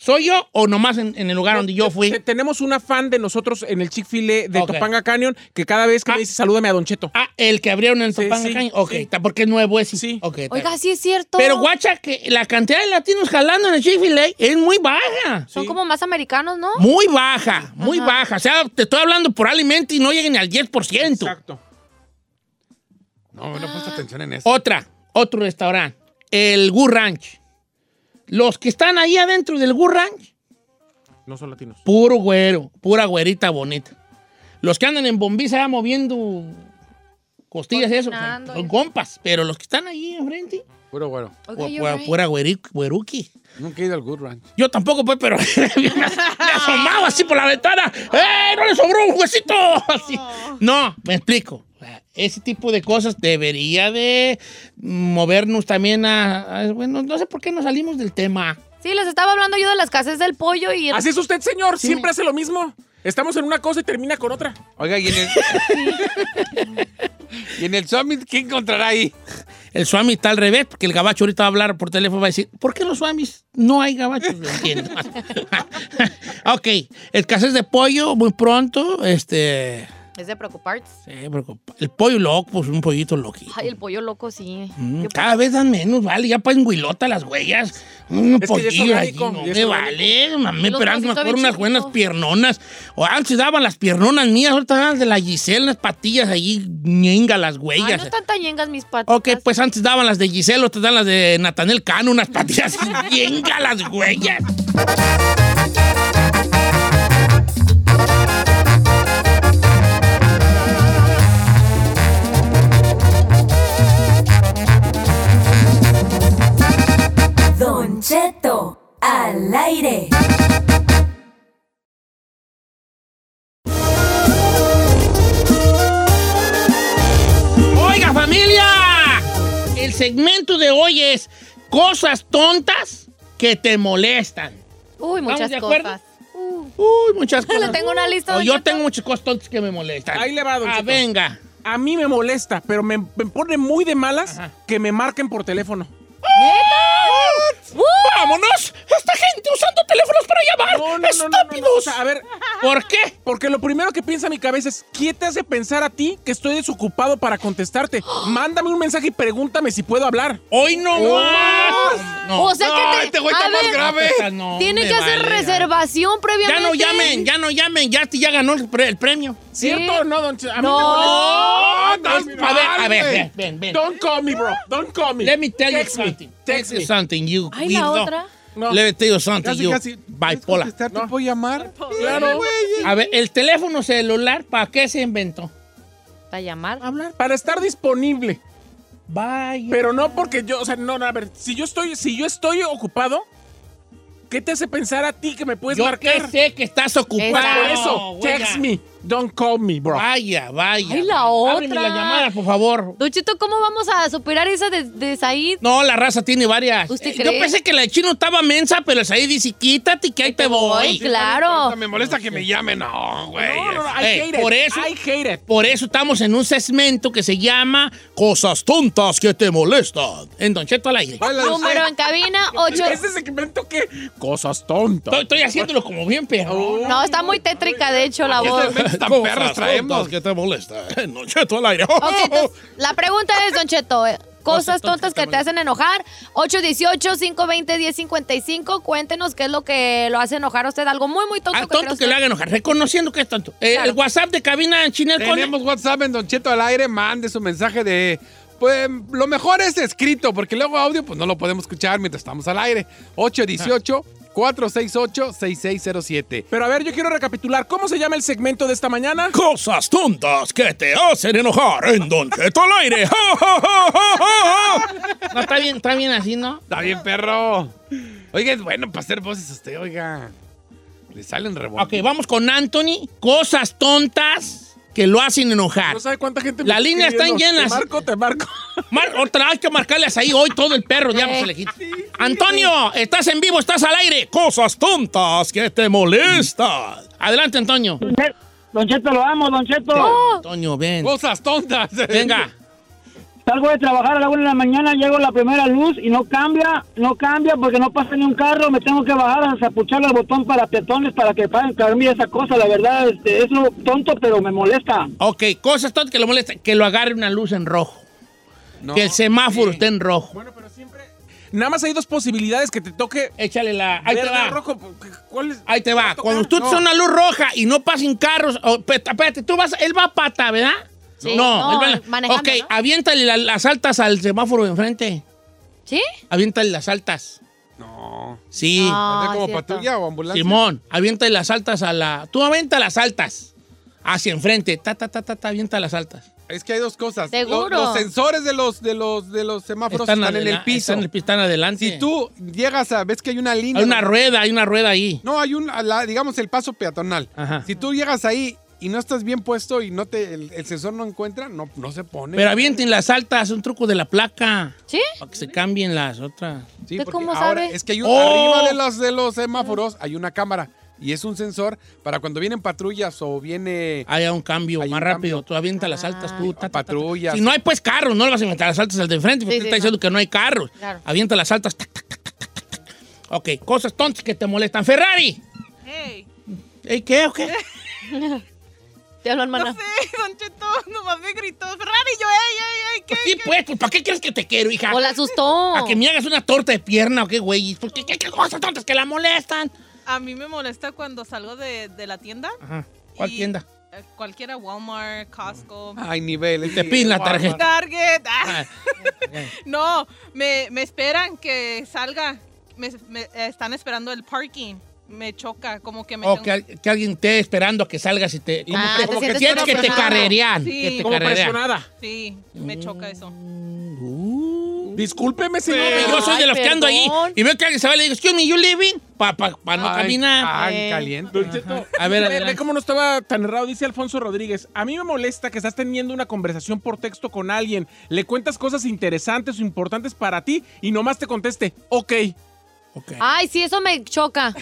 [SPEAKER 2] ¿Soy yo o nomás en, en el lugar donde yo fui?
[SPEAKER 5] Te- Tenemos una fan de nosotros en el Chick-fil-A de
[SPEAKER 2] Ok.
[SPEAKER 5] Topanga Canyon que cada vez que
[SPEAKER 2] Ah.
[SPEAKER 5] me dice salúdame a Don Cheto.
[SPEAKER 2] Ah, el que abrieron en
[SPEAKER 5] Sí,
[SPEAKER 2] Topanga
[SPEAKER 5] sí,
[SPEAKER 2] Caño. Ok,
[SPEAKER 5] sí.
[SPEAKER 2] está porque es nuevo ese.
[SPEAKER 5] Sí.
[SPEAKER 2] Ok, está
[SPEAKER 1] Oiga,
[SPEAKER 2] bien.
[SPEAKER 1] sí es cierto.
[SPEAKER 2] Pero guacha, que la cantidad de latinos jalando en el Chick-fil-A es muy baja.
[SPEAKER 1] Son como más americanos, ¿no?
[SPEAKER 2] Muy baja, muy
[SPEAKER 1] Ajá.
[SPEAKER 2] baja. O sea, te estoy hablando por alimento y no lleguen al 10%.
[SPEAKER 5] Exacto.
[SPEAKER 3] No, no he puesto atención en eso.
[SPEAKER 2] Otra, otro restaurante, el Gur Ranch. Los que están ahí adentro del Gur Ranch,
[SPEAKER 5] No son latinos.
[SPEAKER 2] puro güero, pura güerita bonita. Los que andan en bombiza ya moviendo costillas, eso, son,
[SPEAKER 1] Cocinando.
[SPEAKER 2] son compas. Pero los que están ahí enfrente,
[SPEAKER 3] Oh. Puro güero.
[SPEAKER 1] Oiga,
[SPEAKER 2] pu-
[SPEAKER 1] you're
[SPEAKER 2] pu-
[SPEAKER 1] right.
[SPEAKER 2] pura güeri- güeruqui.
[SPEAKER 3] Nunca he ido al Good Ranch.
[SPEAKER 2] Yo tampoco, pues, pero [LAUGHS] me asomaba así por la ventana. ¡Eh, no le sobró un huesito! [LAUGHS] Así. No, me explico. Ese tipo de cosas debería de movernos también a... a- bueno, no sé por qué nos salimos del tema.
[SPEAKER 1] Sí, les estaba hablando yo de las casas del pollo y...
[SPEAKER 5] Así es usted, señor. Siempre hace lo mismo. Estamos en una cosa y termina con otra.
[SPEAKER 3] Oiga, ¿y en el, [LAUGHS] ¿y en el Summit qué encontrará ahí?
[SPEAKER 2] El swami está al revés, porque el gabacho ahorita va a hablar por teléfono, va a decir, ¿por qué en los swamis no hay gabachos? No entiendo. [LAUGHS] ok, escasez de pollo muy pronto. Este...
[SPEAKER 1] Es de preocuparse.
[SPEAKER 2] sí, El pollo loco, pues un pollito loquito.
[SPEAKER 1] Ay, el pollo loco, sí.
[SPEAKER 2] Mm,
[SPEAKER 1] Qué
[SPEAKER 2] cada vez dan menos, vale. Ya pasan huilota las huellas. Un
[SPEAKER 5] Es que ya es
[SPEAKER 2] pollillo allí,
[SPEAKER 5] orgánico,
[SPEAKER 2] no
[SPEAKER 5] ya es
[SPEAKER 2] me
[SPEAKER 5] orgánico.
[SPEAKER 2] vale. Mami,
[SPEAKER 1] Los
[SPEAKER 2] pero antes
[SPEAKER 1] trocitos
[SPEAKER 2] me acuerdo
[SPEAKER 1] bien
[SPEAKER 2] unas buenas
[SPEAKER 1] chiquitos.
[SPEAKER 2] piernonas. O antes daban las piernonas mías, ahorita dan de la Giselle, las patillas allí, ñenga las
[SPEAKER 1] Ay,
[SPEAKER 2] huellas.
[SPEAKER 1] no están tan ñengas mis patas.
[SPEAKER 2] Ok, pues antes daban las de Giselle, ahorita dan las de Natanel Cano, unas
[SPEAKER 1] [LAUGHS]
[SPEAKER 2] patillas ñenga las huellas.
[SPEAKER 9] Don Cheto al aire.
[SPEAKER 2] Oiga, familia, el segmento de hoy es cosas tontas que te molestan.
[SPEAKER 1] Uy, muchas
[SPEAKER 2] ¿Estamos de acuerdo?
[SPEAKER 1] cosas. Uh, [LAUGHS]
[SPEAKER 2] Uy, muchas cosas.
[SPEAKER 1] Le tengo una lista,
[SPEAKER 2] No,
[SPEAKER 1] don
[SPEAKER 2] yo
[SPEAKER 1] Cheto.
[SPEAKER 2] tengo muchas cosas tontas que me molestan.
[SPEAKER 5] Ahí le va, don
[SPEAKER 2] Ah,
[SPEAKER 5] Cheto.
[SPEAKER 2] venga.
[SPEAKER 5] A mí me molesta, pero me, me pone muy de malas
[SPEAKER 2] Ajá.
[SPEAKER 5] que me marquen por teléfono.
[SPEAKER 2] ¡Vámonos! ¡Esta gente usando teléfonos para llamar!
[SPEAKER 5] O
[SPEAKER 2] ¡Estúpidos!
[SPEAKER 5] sea, a ver,
[SPEAKER 2] ¿Por qué?
[SPEAKER 5] porque lo primero que piensa mi cabeza es, ¿qué te hace pensar a ti que estoy desocupado
[SPEAKER 2] [GASPS]
[SPEAKER 5] para contestarte? Mándame un mensaje y pregúntame si puedo hablar.
[SPEAKER 2] ¡Hoy no más! No.
[SPEAKER 1] O sea que
[SPEAKER 3] No,
[SPEAKER 1] te...
[SPEAKER 3] este güey está
[SPEAKER 1] a
[SPEAKER 3] más
[SPEAKER 1] ver, [LAUGHS]
[SPEAKER 3] grave.
[SPEAKER 2] Esta no
[SPEAKER 1] Tiene
[SPEAKER 2] me
[SPEAKER 1] que hacer
[SPEAKER 2] vale.
[SPEAKER 1] reservación
[SPEAKER 2] Ya
[SPEAKER 1] previamente.
[SPEAKER 2] no llamen, ya no llamen, ya, este ya ganó el, pre- el premio.
[SPEAKER 5] ¿Cierto o no, don Ch- A mí me
[SPEAKER 1] No.
[SPEAKER 5] molesta.
[SPEAKER 2] a ver, a ver, ven, ven, ven.
[SPEAKER 5] Don't call me, bro. Don't call me.
[SPEAKER 2] Let me tell you
[SPEAKER 5] Text me.
[SPEAKER 2] something.
[SPEAKER 5] Text
[SPEAKER 2] Let me
[SPEAKER 5] me.
[SPEAKER 2] something, you
[SPEAKER 1] Ay, la
[SPEAKER 2] weirdo.
[SPEAKER 1] otra.
[SPEAKER 5] No.
[SPEAKER 2] Let me tell you something,
[SPEAKER 3] Casi,
[SPEAKER 2] you
[SPEAKER 3] casi. ¿Puedes
[SPEAKER 2] bipolar.
[SPEAKER 3] contestar? ¿Te puedo llamar?
[SPEAKER 5] Claro.
[SPEAKER 2] A ver, el teléfono celular, ¿para qué se inventó?
[SPEAKER 1] Para llamar.
[SPEAKER 2] Hablar.
[SPEAKER 5] Ah, Para estar disponible.
[SPEAKER 2] Vaya.
[SPEAKER 5] Pero no porque yo, o sea, no, no, a ver, si yo estoy, si yo estoy ocupado, ¿qué te hace pensar a ti que me puedes
[SPEAKER 2] Yo que
[SPEAKER 5] marcar?
[SPEAKER 2] sé que estás ocupado.
[SPEAKER 1] Exacto.
[SPEAKER 5] Por eso,
[SPEAKER 2] güey.
[SPEAKER 5] text me, don't call me, bro.
[SPEAKER 2] Vaya, vaya.
[SPEAKER 1] Ay, la
[SPEAKER 2] Ábreme
[SPEAKER 1] otra.
[SPEAKER 2] las llamadas, por favor.
[SPEAKER 1] Duchito, ¿cómo vamos a superar esa de, de Said?
[SPEAKER 2] No, la raza tiene varias.
[SPEAKER 1] ¿Usted
[SPEAKER 2] Eh, Yo
[SPEAKER 1] cree?
[SPEAKER 2] pensé que la de chino estaba mensa, pero ahí dice, quítate que ahí te voy.
[SPEAKER 1] claro.
[SPEAKER 3] Me molesta que me llamen. No, güey. este,
[SPEAKER 5] No, no, no, I
[SPEAKER 2] Ey,
[SPEAKER 5] hate
[SPEAKER 2] por
[SPEAKER 5] it.
[SPEAKER 2] eso-
[SPEAKER 5] I hate it.
[SPEAKER 2] Por eso estamos en un segmento que se llama Cosas tontas que te molestan. En Don Cheto al aire.
[SPEAKER 5] Ay, la-
[SPEAKER 1] Número en
[SPEAKER 2] [LAUGHS]
[SPEAKER 1] cabina 8.
[SPEAKER 5] Ese segmento que cosas tontas.
[SPEAKER 2] Estoy, estoy haciéndolo como bien perro.
[SPEAKER 1] No, está muy tétrica, de hecho, la voz.
[SPEAKER 3] Este Tan
[SPEAKER 2] Cosas
[SPEAKER 3] perros traemos.
[SPEAKER 2] tontas que te molestan. En Don Cheto al aire. Oh,
[SPEAKER 1] Ok, entonces, la pregunta es, Don Cheto, eh, cosas tontas que te hacen enojar. 818-520-1055. Cuéntenos qué es lo que lo hace enojar a usted. Algo muy, muy tonto.
[SPEAKER 2] Al
[SPEAKER 1] que
[SPEAKER 2] tonto
[SPEAKER 1] cree
[SPEAKER 2] que le
[SPEAKER 1] usted.
[SPEAKER 2] haga enojar, reconociendo que es tonto. Eh,
[SPEAKER 1] Claro.
[SPEAKER 2] El WhatsApp de cabina en Chinel con-
[SPEAKER 3] Tenemos WhatsApp en Don Cheto al aire. Mande su mensaje de. Pues lo mejor es escrito, porque luego audio pues no lo podemos escuchar mientras estamos al aire. 818-468-6607.
[SPEAKER 5] Pero a ver, yo quiero recapitular. ¿Cómo se llama el segmento de esta mañana?
[SPEAKER 2] Cosas tontas que te hacen enojar en Don Cheto al aire. [LAUGHS] Oh, ¡Ja, ja, ja, ja, ja, ja! No, está bien, está bien así, ¿no?
[SPEAKER 3] Está bien, perro. Oiga, es bueno para hacer voces usted, oiga. Le salen
[SPEAKER 2] Ok,
[SPEAKER 3] rebotes.
[SPEAKER 2] vamos con Anthony. Cosas tontas que lo hacen enojar.
[SPEAKER 5] No sabe cuánta gente
[SPEAKER 2] La línea está
[SPEAKER 5] escribiendo.
[SPEAKER 2] llenas.
[SPEAKER 5] Te marco, te
[SPEAKER 2] [LAUGHS]
[SPEAKER 5] marco.
[SPEAKER 2] Mar- otra, hay que marcarles ahí hoy todo el perro, ya no se le quita. Antonio, estás en vivo, estás al aire. Cosas tontas que te molestan. Adelante, Antonio.
[SPEAKER 7] Don Cheto, lo amo, Don Cheto.
[SPEAKER 2] Antonio, ven.
[SPEAKER 5] [LAUGHS]
[SPEAKER 3] Cosas tontas.
[SPEAKER 2] Venga.
[SPEAKER 7] Salgo de trabajar a la una de la mañana, llego a la primera luz y no cambia, no cambia porque no pasa ni un carro, me tengo que bajar a zapucharle al botón para peatones para que paren para mí esa cosa, la verdad, este, es lo tonto pero me molesta.
[SPEAKER 2] Ok, cosas tontas que lo molestan. Que lo agarre una luz en rojo.
[SPEAKER 3] No.
[SPEAKER 2] que el semáforo esté en rojo.
[SPEAKER 5] Bueno, pero siempre. Nada más hay dos posibilidades que te toque.
[SPEAKER 2] Échale la. Ahí te
[SPEAKER 5] verde
[SPEAKER 2] va.
[SPEAKER 5] o rojo. ¿Cuál es?
[SPEAKER 2] Ahí te va.
[SPEAKER 5] tocar?
[SPEAKER 2] Cuando tú
[SPEAKER 5] No.
[SPEAKER 2] te una luz roja y no pasen carros. o, pe- espérate, tú vas. Él va a pata, ¿verdad?
[SPEAKER 1] Sí. No,
[SPEAKER 2] No, él va en la-
[SPEAKER 1] manejando,
[SPEAKER 2] Ok,
[SPEAKER 1] ¿no?
[SPEAKER 2] aviéntale la- las altas al semáforo de enfrente.
[SPEAKER 1] ¿Sí?
[SPEAKER 2] Aviéntale las altas.
[SPEAKER 3] No.
[SPEAKER 2] Sí.
[SPEAKER 1] Ah,
[SPEAKER 3] ¿Ande como
[SPEAKER 1] cierto.
[SPEAKER 3] patrulla o ambulancia?
[SPEAKER 2] Simón, avienta las altas a la. Tú avienta las altas. Hacia enfrente. Ta, ta, ta, ta, ta, avienta las altas.
[SPEAKER 3] Es que hay dos cosas. Lo-
[SPEAKER 1] Seguro.
[SPEAKER 3] Los, sensores de los, de los, de los semáforos están, en
[SPEAKER 2] adela-
[SPEAKER 3] el piso.
[SPEAKER 2] Están en el piso, están adelante.
[SPEAKER 3] Si tú llegas a... ¿Ves que hay una línea?
[SPEAKER 2] Hay una rueda, hay una rueda ahí.
[SPEAKER 3] No, hay un, a la- digamos, el paso peatonal.
[SPEAKER 2] Ajá.
[SPEAKER 3] Si tú llegas ahí y no estás bien puesto y no te, el, el sensor no encuentra, no, no se pone.
[SPEAKER 2] Pero avienten las altas, un truco de la placa.
[SPEAKER 1] ¿Sí?
[SPEAKER 2] Para que se cambien las otras.
[SPEAKER 3] Sí,
[SPEAKER 1] ¿Usted
[SPEAKER 3] porque
[SPEAKER 1] cómo
[SPEAKER 3] ahora
[SPEAKER 1] sabe?
[SPEAKER 3] Es que hay un-
[SPEAKER 2] ¡Oh!
[SPEAKER 3] arriba de los, de los semáforos hay una cámara y es un sensor para cuando vienen patrullas o viene...
[SPEAKER 2] Haya un cambio
[SPEAKER 3] Hay
[SPEAKER 2] más
[SPEAKER 3] un
[SPEAKER 2] rápido. Tú avienta las altas,
[SPEAKER 1] Ah.
[SPEAKER 2] tú. ta, ta, ta, ta.
[SPEAKER 3] patrullas.
[SPEAKER 2] Si no hay, pues carros, no le vas a inventar las altas al de frente. Porque
[SPEAKER 1] Sí,
[SPEAKER 2] te
[SPEAKER 1] sí, no.
[SPEAKER 2] está diciendo que no hay carros.
[SPEAKER 1] Claro.
[SPEAKER 2] Avienta las altas. tac, tac, tac, tac, tac, tac. Ok, cosas tontas que te molestan. Ferrari.
[SPEAKER 4] Hey,
[SPEAKER 2] ¿Ey, ¿Qué
[SPEAKER 1] [LAUGHS]
[SPEAKER 2] o qué?
[SPEAKER 1] Te hablo,
[SPEAKER 4] no
[SPEAKER 1] hermana.
[SPEAKER 4] sé, Don Cheto, nomás me gritó Ferrari, yo, ey, ey, ey, ¿qué?
[SPEAKER 2] Pues sí, pues, pues, ¿para qué crees que te quiero, hija?
[SPEAKER 1] O la asustó.
[SPEAKER 2] ¿A que me hagas una torta de pierna o qué, güey? ¿Por qué, qué, qué cosas tontas que la molestan?
[SPEAKER 4] A mí me molesta cuando salgo de, de la tienda.
[SPEAKER 2] Ajá. ¿Cuál
[SPEAKER 4] y-
[SPEAKER 2] tienda?
[SPEAKER 4] eh, cualquiera, Walmart, Costco,
[SPEAKER 5] Ah,
[SPEAKER 3] Hay niveles.
[SPEAKER 2] Te piden la tarjeta.
[SPEAKER 4] Target. ah.
[SPEAKER 2] [LAUGHS] Ah,
[SPEAKER 4] No, me, me esperan que salga. Me, me- eh, están esperando el parking. Me choca, como que me.
[SPEAKER 2] o
[SPEAKER 4] tengo-
[SPEAKER 2] que, al- que alguien esté esperando a que salgas y te...
[SPEAKER 1] Ah, te
[SPEAKER 2] como que
[SPEAKER 1] sientes
[SPEAKER 2] sientes que te
[SPEAKER 1] presionado.
[SPEAKER 2] carrerean.
[SPEAKER 4] Sí.
[SPEAKER 2] Que te
[SPEAKER 5] Como
[SPEAKER 2] carrerean.
[SPEAKER 5] presionada.
[SPEAKER 4] Sí, me choca eso.
[SPEAKER 5] Discúlpeme, señor.
[SPEAKER 2] Yo soy de los
[SPEAKER 1] Ay,
[SPEAKER 2] que ando ahí
[SPEAKER 1] perdón.
[SPEAKER 2] y veo que alguien se va y le digo, excuse me, you living? Para pa, pa no
[SPEAKER 3] Ay,
[SPEAKER 2] caminar.
[SPEAKER 3] ay,
[SPEAKER 1] Eh.
[SPEAKER 3] caliente.
[SPEAKER 2] A ver,
[SPEAKER 5] Ve-
[SPEAKER 2] adelante.
[SPEAKER 5] Ve cómo no estaba tan errado, dice Alfonso Rodríguez. A mí me molesta que estás teniendo una conversación por texto con alguien, le cuentas cosas interesantes o importantes para ti y nomás te conteste, ok.
[SPEAKER 2] Ok.
[SPEAKER 1] Ay, sí, eso me choca.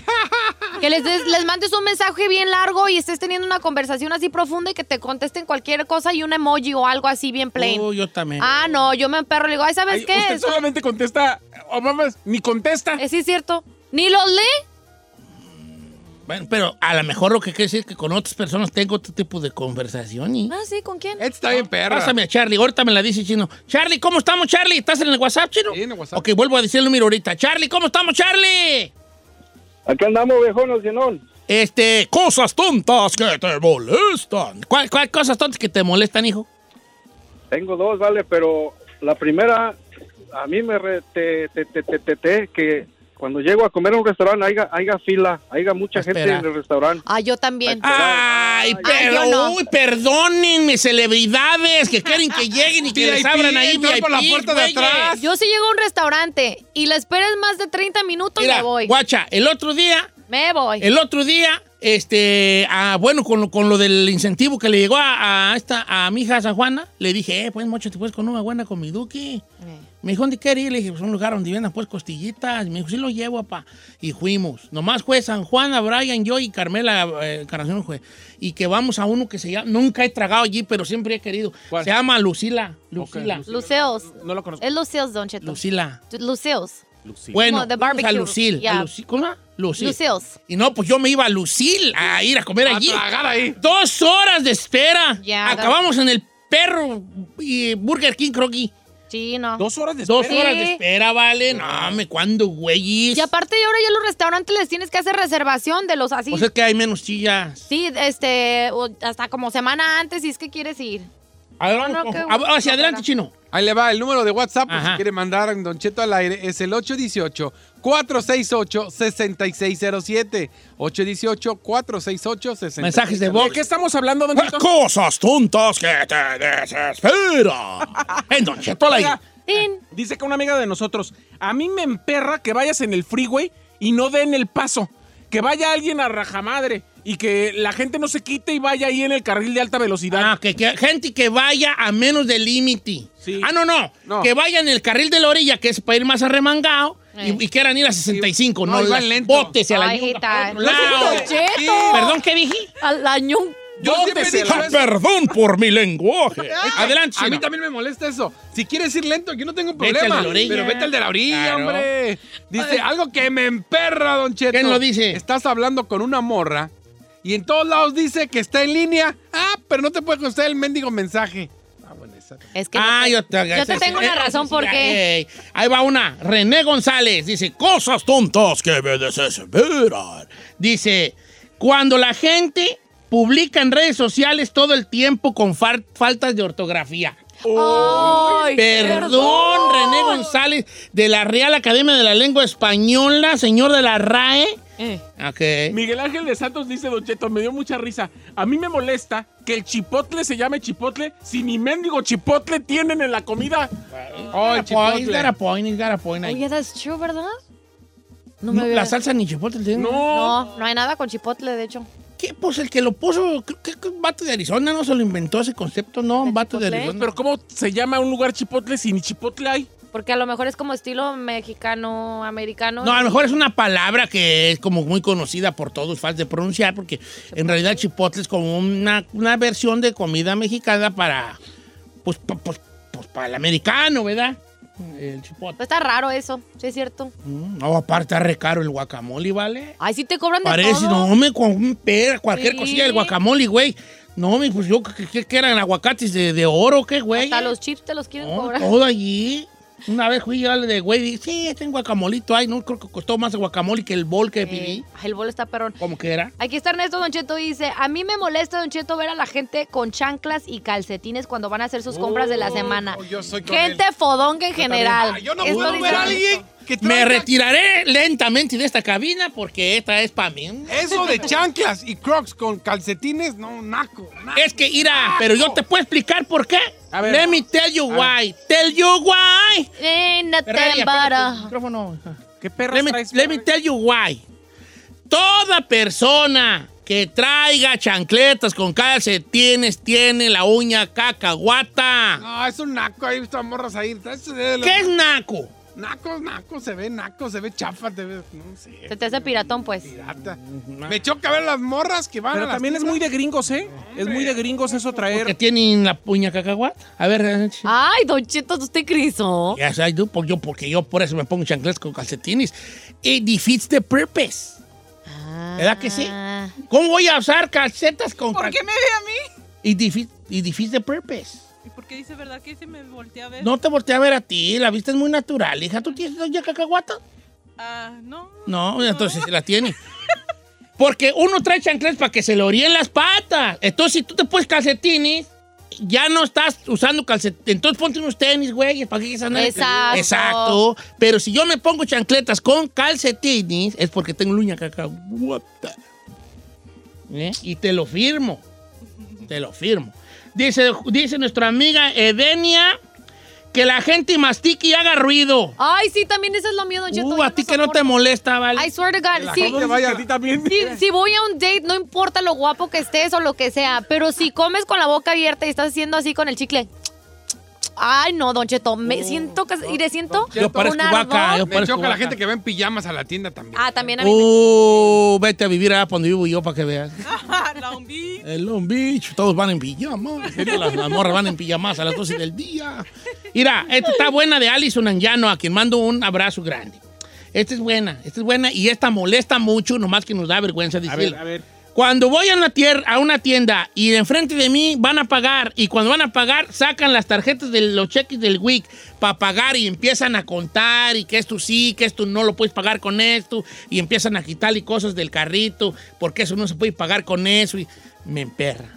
[SPEAKER 1] Que les, des- les mandes un mensaje bien largo y estés teniendo una conversación así profunda y que te contesten cualquier cosa y un emoji o algo así bien plain.
[SPEAKER 2] Uh, yo también.
[SPEAKER 1] ah, no, yo me emperro y le digo, ay, ¿sabes
[SPEAKER 5] Ay,
[SPEAKER 1] qué?
[SPEAKER 5] usted
[SPEAKER 1] Eso-
[SPEAKER 5] solamente contesta, o mamas, ni contesta.
[SPEAKER 1] eh, sí, es cierto. ¿Ni los lee?
[SPEAKER 2] Bueno, pero a lo mejor lo que quiere decir es que con otras personas tengo otro tipo de conversación y...
[SPEAKER 1] Ah, sí, ¿con quién?
[SPEAKER 3] Esta está bien perra.
[SPEAKER 2] Pásame a Charlie, ahorita me la dice Chino. Charlie, ¿cómo estamos, Charlie? ¿Estás en el WhatsApp, Chino?
[SPEAKER 3] Sí, en el WhatsApp.
[SPEAKER 2] Ok, vuelvo a decir el número ahorita. Charlie, ¿cómo estamos, Charlie?
[SPEAKER 6] Aquí andamos, viejones, llenón.
[SPEAKER 2] Este, cosas tontas que te molestan. ¿Cuál, cuál cosas tontas que te molestan, hijo?
[SPEAKER 6] Tengo dos, vale, pero la primera, a mí me re- te, te, te, te, te- te- que cuando llego a comer a un restaurante, haya, haya fila, haya mucha gente
[SPEAKER 2] Espera.
[SPEAKER 6] en el restaurante.
[SPEAKER 1] Ah, yo también.
[SPEAKER 2] Ay, pero,
[SPEAKER 1] yo no.
[SPEAKER 2] uy, perdónenme, celebridades que quieren que lleguen y
[SPEAKER 3] [LAUGHS]
[SPEAKER 2] que les
[SPEAKER 3] VIP,
[SPEAKER 2] abran ahí
[SPEAKER 3] entrar por la
[SPEAKER 2] VIP,
[SPEAKER 3] puerta de
[SPEAKER 2] güeyes.
[SPEAKER 3] atrás.
[SPEAKER 1] Yo si llego a un restaurante y la esperes más de 30 minutos,
[SPEAKER 2] Mira,
[SPEAKER 1] me voy.
[SPEAKER 2] guacha, el otro día
[SPEAKER 1] Me voy.
[SPEAKER 2] El otro día, este, ah, bueno, con, lo- con lo del incentivo que le llegó a, a esta, a mi hija San Juana, le dije, eh, pues, mocho, te puedes con una buena con mi duque.
[SPEAKER 1] Eh.
[SPEAKER 2] Me dijo, ¿dónde quiere ir? Le dije, pues, un lugar donde vendan, pues, costillitas. Me dijo, sí lo llevo, papá. Y fuimos. Nomás fue San Juana, Brian, yo y Carmela eh, Encarnación fue. Y que vamos a uno que se llama, nunca he tragado allí, pero siempre he querido.
[SPEAKER 5] ¿Cuál?
[SPEAKER 2] Se llama Lucila. Lucila.
[SPEAKER 1] Luceos.
[SPEAKER 5] No lo conozco.
[SPEAKER 1] Es Luceos, Don Cheto.
[SPEAKER 2] Lucila.
[SPEAKER 1] Luceos.
[SPEAKER 2] Bueno,
[SPEAKER 1] Como de
[SPEAKER 2] vamos a
[SPEAKER 1] barbecue,
[SPEAKER 2] Lucil.
[SPEAKER 1] ya.
[SPEAKER 2] A Lucil. ¿Cómo se llama? Lucil.
[SPEAKER 1] Luceos.
[SPEAKER 2] Y no, pues yo me iba a Lucil a ir a comer
[SPEAKER 3] A
[SPEAKER 2] allí.
[SPEAKER 3] tragar ahí.
[SPEAKER 2] Dos horas de espera.
[SPEAKER 1] Ya,
[SPEAKER 2] Acabamos en el perro y Burger King, creo que.
[SPEAKER 1] Sí, no.
[SPEAKER 5] Dos horas de
[SPEAKER 2] Dos
[SPEAKER 5] espera.
[SPEAKER 2] horas de espera, vale. No, me cuando, güeyes.
[SPEAKER 1] Y aparte de ahora ya los restaurantes les tienes que hacer reservación de los así.
[SPEAKER 2] O sea que hay menos sillas.
[SPEAKER 1] sí, este, o hasta como semana antes si es que quieres ir.
[SPEAKER 2] A ver, vamos
[SPEAKER 1] No, no,
[SPEAKER 2] con-
[SPEAKER 1] qué-
[SPEAKER 2] a- hacia
[SPEAKER 1] no,
[SPEAKER 2] adelante,
[SPEAKER 1] para.
[SPEAKER 2] chino.
[SPEAKER 3] Ahí le va el número de WhatsApp por si
[SPEAKER 2] Ajá.
[SPEAKER 3] quiere mandar a Don Cheto al aire. Es el 818-468-6607. 818-468-6607.
[SPEAKER 2] Mensajes de
[SPEAKER 5] ¿De
[SPEAKER 2] voz.
[SPEAKER 5] qué estamos hablando, Don Cheto?
[SPEAKER 2] Cosas tontas que te desesperan. en Don Cheto al aire.
[SPEAKER 5] Oiga,
[SPEAKER 1] Tin.
[SPEAKER 5] Dice que una amiga de nosotros, a mí me emperra que vayas en el freeway y no den el paso. Que vaya alguien a rajamadre y que la gente no se quite y vaya ahí en el carril de alta velocidad.
[SPEAKER 2] Ah, que, que- gente que vaya a menos del límite.
[SPEAKER 5] Sí.
[SPEAKER 2] Ah, no, no,
[SPEAKER 3] No.
[SPEAKER 2] Que vaya en el carril de la orilla, que es para ir más arremangado,
[SPEAKER 1] Eh.
[SPEAKER 2] y, y quieran ir a 65.
[SPEAKER 3] Sí.
[SPEAKER 2] No,
[SPEAKER 3] No, y
[SPEAKER 2] la-
[SPEAKER 3] van lento.
[SPEAKER 2] bótese a la
[SPEAKER 1] Ay,
[SPEAKER 2] ñunga
[SPEAKER 1] tal.
[SPEAKER 2] para otro lado.
[SPEAKER 1] Don Cheto.
[SPEAKER 2] Perdón, ¿qué dije?
[SPEAKER 1] Al año.
[SPEAKER 3] Yo siempre he dicho
[SPEAKER 2] Ah,
[SPEAKER 3] eso. Ah,
[SPEAKER 2] perdón por mi lenguaje. Adelante,
[SPEAKER 3] A mí
[SPEAKER 2] señor.
[SPEAKER 3] también me molesta eso. Si quieres ir lento, yo no tengo
[SPEAKER 2] Vete al de
[SPEAKER 3] problema.
[SPEAKER 2] la orilla.
[SPEAKER 3] Pero vete al de la orilla,
[SPEAKER 2] Claro.
[SPEAKER 3] hombre. Dice algo que me emperra, don Cheto.
[SPEAKER 2] ¿Quién lo dice?
[SPEAKER 3] Estás hablando con una morra y en todos lados dice que está en línea. Ah, pero no te puede contestar el mendigo mensaje. Ah, bueno, esa.
[SPEAKER 1] Es que
[SPEAKER 2] Ah, yo te, eh.
[SPEAKER 1] yo te tengo una razón por qué.
[SPEAKER 2] Ey, ahí va una. René González dice, cosas tontas que me desesperan. Dice, cuando la gente publica en redes sociales todo el tiempo con far- faltas de ortografía.
[SPEAKER 1] Ay,
[SPEAKER 2] Perdón, René González, de la Real Academia de la Lengua Española, señor de la RAE.
[SPEAKER 1] Eh.
[SPEAKER 2] Ok.
[SPEAKER 5] Miguel Ángel de Santos dice, Don Cheto, me dio mucha risa. A mí me molesta que el chipotle se llame chipotle si ni mendigo chipotle tienen en la comida.
[SPEAKER 2] Oh, chipotle.
[SPEAKER 5] el chipotle.
[SPEAKER 2] He's got a point, he's got a point ahí.
[SPEAKER 1] Oye, that's true, ¿verdad? No me
[SPEAKER 2] No,
[SPEAKER 1] había-
[SPEAKER 2] la salsa ni chipotle tiene.
[SPEAKER 1] No, no hay nada con chipotle, de hecho.
[SPEAKER 2] ¿Qué? Pues el que lo puso, creo que que un vato de Arizona no se lo inventó ese concepto, no, un vato de
[SPEAKER 1] Chipotle?
[SPEAKER 2] Arizona.
[SPEAKER 5] Pero ¿cómo se llama un lugar chipotle si ni chipotle hay?
[SPEAKER 1] Porque a lo mejor es como estilo mexicano, americano.
[SPEAKER 2] No, a lo mejor es una palabra que es como muy conocida por todos, fácil de pronunciar, porque en realidad chipotle es como una, una versión de comida mexicana para, pues, pa- pues, pues, para el americano, ¿verdad? El chipotle.
[SPEAKER 1] Pues está raro eso, sí es cierto.
[SPEAKER 2] Mm, No, aparte está re caro el guacamole, ¿vale?
[SPEAKER 1] Ay, sí te cobran de
[SPEAKER 2] Parece,
[SPEAKER 1] todo.
[SPEAKER 2] no, me con un pera, cualquier
[SPEAKER 1] Sí.
[SPEAKER 2] cosilla del guacamole, güey. No, mi, pues yo, ¿qué, qué- qué eran aguacates de, de oro, qué, güey?
[SPEAKER 1] Hasta los chips te los quieren
[SPEAKER 2] No,
[SPEAKER 1] cobrar.
[SPEAKER 2] Oh, todo allí. Una vez fui yo al de güey y dije, sí, este guacamolito hay, no creo que costó más el guacamole que el bol que
[SPEAKER 1] Eh,
[SPEAKER 2] pedí.
[SPEAKER 1] ay, el bolo está perrón.
[SPEAKER 2] Como que era.
[SPEAKER 1] Aquí está Ernesto Don Cheto dice, a mí me molesta Don Cheto ver a la gente con chanclas y calcetines cuando van a hacer sus compras de la semana.
[SPEAKER 3] Oh, yo soy con
[SPEAKER 1] gente fodonga en general.
[SPEAKER 3] Ah, yo no
[SPEAKER 1] Es lo
[SPEAKER 3] puedo
[SPEAKER 1] que
[SPEAKER 3] ver a
[SPEAKER 1] dice-
[SPEAKER 3] alguien que
[SPEAKER 2] Me
[SPEAKER 3] traiga
[SPEAKER 2] retiraré lentamente de esta cabina porque esta es para mí.
[SPEAKER 3] Eso de chanclas y crocs con calcetines, no, naco. naco.
[SPEAKER 2] Es que irá, pero yo te puedo explicar por qué.
[SPEAKER 5] A ver.
[SPEAKER 2] Let me tell you why. Tell you why.
[SPEAKER 1] Ain't nothing
[SPEAKER 2] Ferrari,
[SPEAKER 1] but a-
[SPEAKER 2] apágate el micrófono.
[SPEAKER 5] ¿Qué perras
[SPEAKER 2] Let me,
[SPEAKER 5] traes?
[SPEAKER 2] let me tell you why. Toda persona que traiga chancletas con calcetines tiene la uña cacahuata.
[SPEAKER 3] No, es un naco, ahí están morras ahí. Eso de los-
[SPEAKER 2] ¿Qué es naco?
[SPEAKER 3] Naco, naco, se ve naco, se ve chafa, te ve, no sé.
[SPEAKER 1] Se te hace piratón, pues.
[SPEAKER 3] pirata. Me choca ver las morras que van a
[SPEAKER 5] Pero
[SPEAKER 3] las
[SPEAKER 5] también es
[SPEAKER 3] tiendas.
[SPEAKER 5] muy de gringos, ¿eh? Es muy de gringos eso
[SPEAKER 2] Que
[SPEAKER 5] traer.
[SPEAKER 2] tienen la puña cacahuata. A ver, eh,
[SPEAKER 1] Ay, Don Cheto, ¿usted qué hizo?
[SPEAKER 2] yes, I do, por- yo, porque yo por eso me pongo chancletas con calcetines. It defeats the purpose. ¿Verdad que sí? ¿Cómo voy a usar calcetas con
[SPEAKER 4] ¿Por qué
[SPEAKER 2] calcetines?
[SPEAKER 4] me ve a mí?
[SPEAKER 2] It, defe- it defeats the purpose.
[SPEAKER 4] ¿Y por qué dice verdad que se me volteé a ver?
[SPEAKER 2] No te volteé a ver a ti, la vista es muy natural, hija. ¿Tú tienes uña cacahuata?
[SPEAKER 4] Ah, no. [LAUGHS]
[SPEAKER 2] No, entonces la tiene. Porque uno trae chancletas para que se le oríen las patas. Entonces, si tú te pones calcetines, ya no estás usando calcetines. Entonces, ponte unos tenis, güey, para que esas no-
[SPEAKER 1] Exacto.
[SPEAKER 2] Exacto. Pero si yo me pongo chancletas con calcetines, es porque tengo luña cacahuata. ¿Eh? Y te lo firmo. Te lo firmo. Dice, dice nuestra amiga Edenia que la gente mastique y haga ruido.
[SPEAKER 1] Ay, sí, también eso es lo mío, Don Cheto.
[SPEAKER 2] Uh,
[SPEAKER 1] yo
[SPEAKER 2] a ti que no te
[SPEAKER 1] soporto.
[SPEAKER 2] molesta, ¿vale?
[SPEAKER 1] I swear to God, sí.
[SPEAKER 3] Que vaya-
[SPEAKER 5] a ti también.
[SPEAKER 2] [LAUGHS]
[SPEAKER 1] Si, si voy a un date, no importa lo guapo que estés o lo que sea, pero si comes con la boca abierta y estás haciendo así con el chicle. Ay, no, Don Cheto,
[SPEAKER 2] Oh,
[SPEAKER 1] me siento que y le siento
[SPEAKER 2] Yo parezco
[SPEAKER 1] un
[SPEAKER 2] vaca, yo
[SPEAKER 1] ardor.
[SPEAKER 3] Me
[SPEAKER 2] parezco
[SPEAKER 3] choca la
[SPEAKER 2] vaca.
[SPEAKER 3] gente que va en pijamas a la tienda también.
[SPEAKER 1] Ah, también a mí.
[SPEAKER 2] Oh, vete a vivir allá donde vivo yo para que veas.
[SPEAKER 4] la umbí.
[SPEAKER 2] El Long Beach, todos van en pijama. Todas Las, las morras van en pijamas a las 12 del día. Mira, esta está buena de Alison Anjano, a quien mando un abrazo grande. Esta es buena, esta es buena y esta molesta mucho, nomás que nos da vergüenza
[SPEAKER 5] A
[SPEAKER 2] decirlo.
[SPEAKER 5] ver, a ver.
[SPEAKER 2] Cuando voy a una, tier- a una tienda y de enfrente de mí van a pagar y cuando van a pagar sacan las tarjetas de los cheques del WIC para pagar y empiezan a contar y que esto sí, que esto no lo puedes pagar con esto y empiezan a quitarle cosas del carrito porque eso no se puede pagar con eso y me emperra.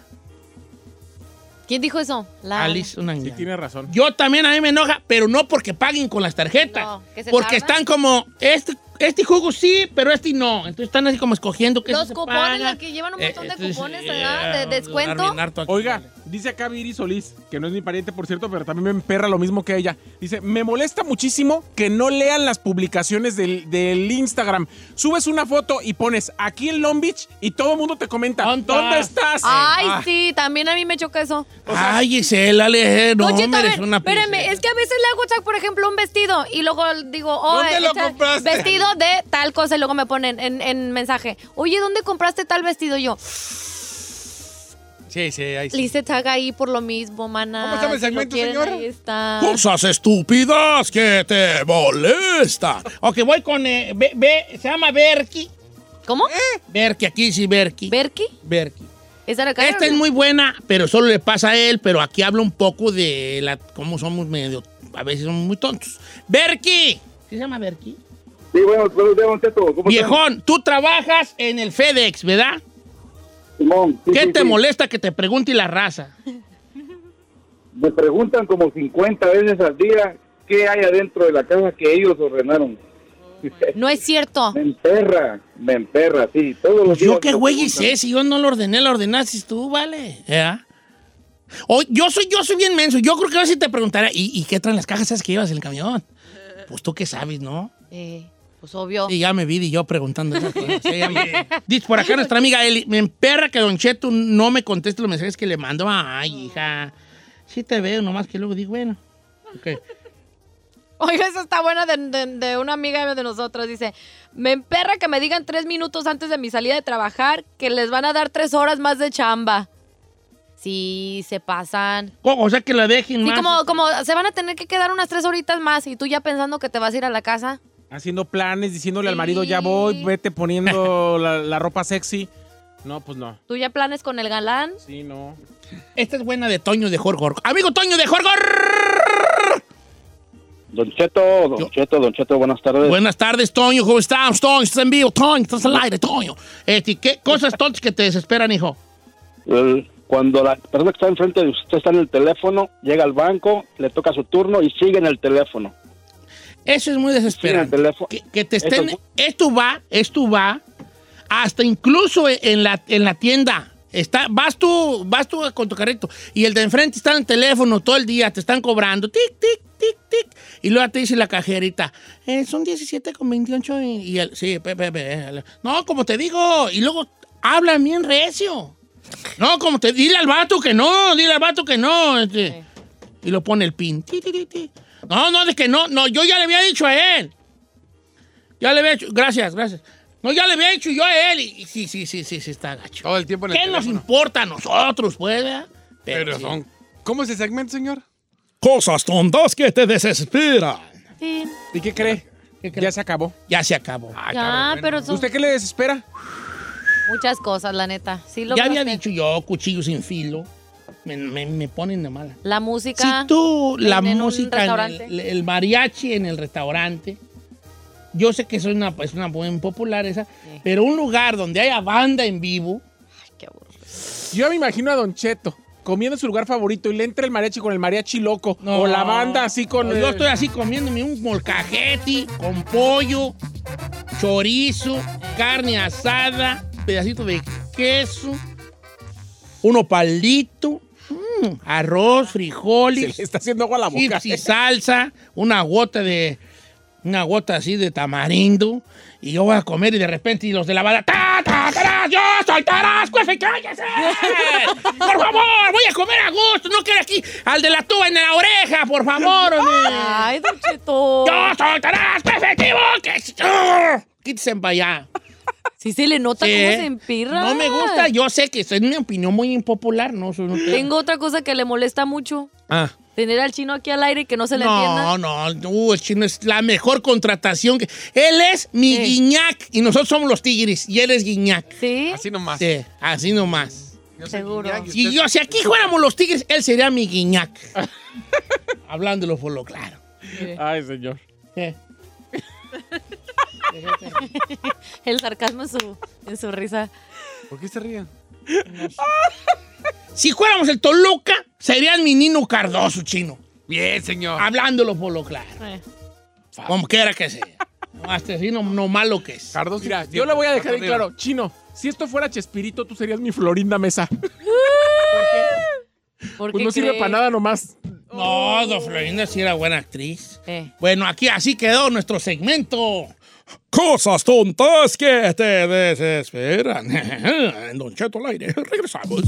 [SPEAKER 1] ¿Quién dijo eso? La
[SPEAKER 2] Alice, una
[SPEAKER 5] Sí,
[SPEAKER 2] ñaña.
[SPEAKER 5] tiene razón.
[SPEAKER 2] Yo también a mí me enoja, pero no porque paguen con las tarjetas.
[SPEAKER 1] No, que se
[SPEAKER 2] porque
[SPEAKER 1] tardan.
[SPEAKER 2] están como, este, este jugo sí, pero este no. Entonces están así como escogiendo que
[SPEAKER 1] Los cupones, la que llevan
[SPEAKER 2] Eh,
[SPEAKER 1] un montón de cupones, ¿verdad? De descuento.
[SPEAKER 5] Oiga, dice acá Viri Solís, que no es mi pariente, por cierto, pero también me emperra lo mismo que ella. Dice, me molesta muchísimo que no lean las publicaciones del, del Instagram. Subes una foto y pones aquí en Long Beach y todo el mundo te comenta,
[SPEAKER 2] ¿Dónde
[SPEAKER 5] ¿dónde
[SPEAKER 2] estás?
[SPEAKER 5] estás?
[SPEAKER 1] Ay,
[SPEAKER 2] Ah.
[SPEAKER 3] Ah,
[SPEAKER 1] sí, también a mí me choca eso.
[SPEAKER 2] Ay, Gisela, le no,
[SPEAKER 1] Don Cheto, a
[SPEAKER 2] hombre,
[SPEAKER 1] ver,
[SPEAKER 2] es una
[SPEAKER 1] espérame,
[SPEAKER 2] princesa.
[SPEAKER 1] es que a veces le hago tag, por ejemplo, un vestido y luego digo, oh,
[SPEAKER 3] ¿Dónde lo
[SPEAKER 1] esta-
[SPEAKER 3] compraste?
[SPEAKER 1] vestido de tal cosa y luego me ponen en, en mensaje, oye, ¿dónde compraste tal vestido? Y yo,
[SPEAKER 2] Sí, sí, ahí sí.
[SPEAKER 1] Liz se taga ahí por lo mismo, mana.
[SPEAKER 3] ¿Cómo estaba el
[SPEAKER 1] Si lo
[SPEAKER 3] segmento,
[SPEAKER 1] quieren,
[SPEAKER 3] señora?
[SPEAKER 1] Ahí está.
[SPEAKER 2] Cosas estúpidas que te molestan. Ok, voy con. eh, Be- Be- se llama Berky.
[SPEAKER 1] ¿Cómo?
[SPEAKER 2] Eh. Berky, aquí sí, Berky.
[SPEAKER 1] ¿Berky?
[SPEAKER 2] Berky.
[SPEAKER 1] ¿Esa era
[SPEAKER 2] Esta es muy buena, pero solo le pasa a él, pero aquí habla un poco de la, cómo somos medio, a veces somos muy tontos. Berky, ¿qué se llama Berky?
[SPEAKER 6] Sí, bueno, buenos días, Don Cheto. ¿Cómo están?
[SPEAKER 2] Viejón, tú trabajas en el FedEx, ¿verdad?
[SPEAKER 6] Simón, sí,
[SPEAKER 2] ¿Qué
[SPEAKER 6] sí,
[SPEAKER 2] te
[SPEAKER 6] sí.
[SPEAKER 2] molesta que te pregunte la raza?
[SPEAKER 6] Me preguntan como 50 veces al día qué hay adentro de la casa que ellos
[SPEAKER 2] [LAUGHS]
[SPEAKER 6] ordenaron.
[SPEAKER 1] No es cierto.
[SPEAKER 6] me emperra, me emperra, sí. Todos los días
[SPEAKER 2] Yo qué
[SPEAKER 6] me
[SPEAKER 2] güey
[SPEAKER 6] preguntan.
[SPEAKER 2] hice, si yo no lo ordené, lo ordenaste tú, vale. ¿Ya? O- yo soy, yo soy bien menso. Yo creo que ahora sí te preguntaría, ¿y, y qué traen las cajas esas que llevas en el camión? Pues tú qué sabes, ¿no?
[SPEAKER 1] Eh, pues obvio.
[SPEAKER 2] Y ya me vi y yo preguntando esas cosas. Sí, ya me- Dice por acá nuestra amiga Eli, me emperra que Don Cheto no me conteste los mensajes que le mando. Ay, hija, sí te veo, nomás que luego digo, bueno. ok.
[SPEAKER 1] Oiga, esa está buena de, de- de una amiga de nosotros. Dice, me emperra que me digan tres minutos antes de mi salida de trabajar que les van a dar tres horas más de chamba. Sí, se pasan.
[SPEAKER 2] O, o sea, que la dejen
[SPEAKER 1] Sí,
[SPEAKER 2] más.
[SPEAKER 1] como, como se van a tener que quedar unas tres horitas más y tú ya pensando que te vas a ir a la casa.
[SPEAKER 5] Haciendo planes, diciéndole al marido,
[SPEAKER 1] Sí.
[SPEAKER 5] ya voy, vete poniendo la, la ropa sexy. No, pues no.
[SPEAKER 1] Tú ya planes con el galán.
[SPEAKER 5] Sí, no.
[SPEAKER 2] Esta es buena de Toño de Jorgor. Amigo Toño de Jorgor.
[SPEAKER 6] Don Cheto, Don
[SPEAKER 2] Yo-
[SPEAKER 6] Cheto, Don Cheto, buenas tardes.
[SPEAKER 2] Buenas tardes, Toño. ¿Cómo estás, Toño? Estás en vivo, Toño. Estás al aire, Toño. Este, ¿Qué cosas tontas que te desesperan, hijo?
[SPEAKER 6] El- cuando la persona que está enfrente de usted está en el teléfono, llega al banco, le toca su turno y sigue en el teléfono.
[SPEAKER 2] Eso es muy desesperante.
[SPEAKER 6] Sí, el teléfono.
[SPEAKER 2] que, que te
[SPEAKER 6] Eso
[SPEAKER 2] estén.
[SPEAKER 6] es-
[SPEAKER 2] Esto va, esto va. Hasta incluso en la, en la tienda. Está, vas tú, vas tú con tu carrito. Y el de enfrente está en el teléfono todo el día, te están cobrando. Tic, tic, tic, tic. Y luego te dice la cajerita. eh, son 17 con 28 y, y el- sí, pe- pe- pe- eh, No, como te digo. Y luego hablan bien recio. No, como te dile al vato que no, dile al vato que no. este. Y lo pone el pin. Ti, ti, ti, ti. No, no, de que no, no, yo ya le había dicho a él. Ya le había dicho, gracias, gracias. No, ya le había dicho yo a él. Y, y sí, sí, sí, sí, sí, está gacho.
[SPEAKER 3] Todo el tiempo en el
[SPEAKER 2] ¿Qué nos
[SPEAKER 3] teléfono.
[SPEAKER 2] importa a nosotros, pues? verdad?
[SPEAKER 3] Pero
[SPEAKER 2] sí.
[SPEAKER 3] son... ¿Cómo es el segmento, señor?
[SPEAKER 2] cosas tontas que te desesperan.
[SPEAKER 1] Sí.
[SPEAKER 5] ¿Y qué cree? Ya se acabó.
[SPEAKER 2] Ya se acabó.
[SPEAKER 3] Ah,
[SPEAKER 1] ya, pero son
[SPEAKER 5] ¿Usted qué le desespera?
[SPEAKER 1] muchas cosas, la neta. Sí, lo
[SPEAKER 2] ya había
[SPEAKER 1] conozco.
[SPEAKER 2] dicho yo, cuchillo sin filo. Me, me- me ponen de mala.
[SPEAKER 1] La
[SPEAKER 2] Si
[SPEAKER 1] música.
[SPEAKER 2] tú, la
[SPEAKER 1] en- en un
[SPEAKER 2] música, en el- el,
[SPEAKER 1] restaurante.
[SPEAKER 2] mariachi en el restaurante, yo sé que es una, es una muy popular esa, pero un lugar donde haya banda en vivo,
[SPEAKER 1] Ay, qué aburrido.
[SPEAKER 5] Yo me imagino a Don Cheto comiendo su lugar favorito y le entra el mariachi con el mariachi loco.
[SPEAKER 2] No.
[SPEAKER 5] O la banda así con.
[SPEAKER 2] yo
[SPEAKER 5] el-
[SPEAKER 2] estoy así comiéndome un molcajete con pollo, chorizo, carne asada, pedacito de queso, uno palito, mm, arroz,
[SPEAKER 5] Se
[SPEAKER 2] frijoles,
[SPEAKER 5] le está haciendo agua a la boca.
[SPEAKER 2] chips y salsa, una gota de una gota así de tamarindo y yo voy a comer y de repente y los de la bala ¡Ta, ta, taras! yo soy Tarasco
[SPEAKER 1] [LAUGHS]
[SPEAKER 2] ¡F- cállese por favor voy a comer a gusto no quiero aquí al de la tuba en la oreja por favor
[SPEAKER 1] [LAUGHS]
[SPEAKER 2] hombre.
[SPEAKER 1] Ay, Don
[SPEAKER 2] [LAUGHS]
[SPEAKER 1] Cheto.
[SPEAKER 2] yo soy Tarasco efectivo que
[SPEAKER 1] [LAUGHS]
[SPEAKER 2] ¡Ah! quítese para allá
[SPEAKER 1] Sí se le nota
[SPEAKER 2] Sí,
[SPEAKER 1] cómo
[SPEAKER 2] ¿eh?
[SPEAKER 1] se empirra.
[SPEAKER 2] no me gusta yo sé que es una opinión muy impopular no, Eso no te-
[SPEAKER 1] Tengo otra cosa que le molesta mucho.
[SPEAKER 2] Ah.
[SPEAKER 1] Tener al chino aquí al aire y que no se le entienda.
[SPEAKER 2] No, no, no, el chino es la mejor contratación. que- Él es mi
[SPEAKER 1] Sí.
[SPEAKER 2] guiñac y nosotros somos los tigres y él es guiñac.
[SPEAKER 1] ¿Sí?
[SPEAKER 3] Así nomás.
[SPEAKER 2] Sí, así nomás.
[SPEAKER 3] Yo soy
[SPEAKER 1] Seguro.
[SPEAKER 3] Guiñac Ah. y
[SPEAKER 2] Y
[SPEAKER 3] usted-
[SPEAKER 2] yo, si aquí fuéramos los tigres, él sería mi
[SPEAKER 3] [LAUGHS]
[SPEAKER 2] guiñac. Hablándolo por lo claro.
[SPEAKER 5] Ay, señor.
[SPEAKER 2] Sí.
[SPEAKER 1] El sarcasmo en su, en su risa.
[SPEAKER 3] ¿Por qué se ríen?
[SPEAKER 2] Si fuéramos el Toluca, serían mi Nino Cardoso chino.
[SPEAKER 3] Bien, señor.
[SPEAKER 2] Hablándolo por lo claro.
[SPEAKER 1] Eh.
[SPEAKER 2] Como quiera que
[SPEAKER 3] [LAUGHS]
[SPEAKER 2] sea. Hasta así no, no malo que es.
[SPEAKER 3] Cardoso.
[SPEAKER 5] Pues Mira,
[SPEAKER 3] Sí,
[SPEAKER 5] yo le voy a dejar en
[SPEAKER 3] Cardoso.
[SPEAKER 5] claro. Chino, si esto fuera Chespirito, tú serías mi Florinda Mesa.
[SPEAKER 1] ¿Por
[SPEAKER 5] Pues
[SPEAKER 1] qué
[SPEAKER 5] no sirve
[SPEAKER 1] cree?
[SPEAKER 5] para nada nomás.
[SPEAKER 2] No, Don Florinda sí era buena actriz.
[SPEAKER 1] Eh.
[SPEAKER 2] Bueno, aquí así quedó nuestro segmento. Cosas tontas que te desesperan. [LAUGHS] En Don Cheto al aire. Regresamos.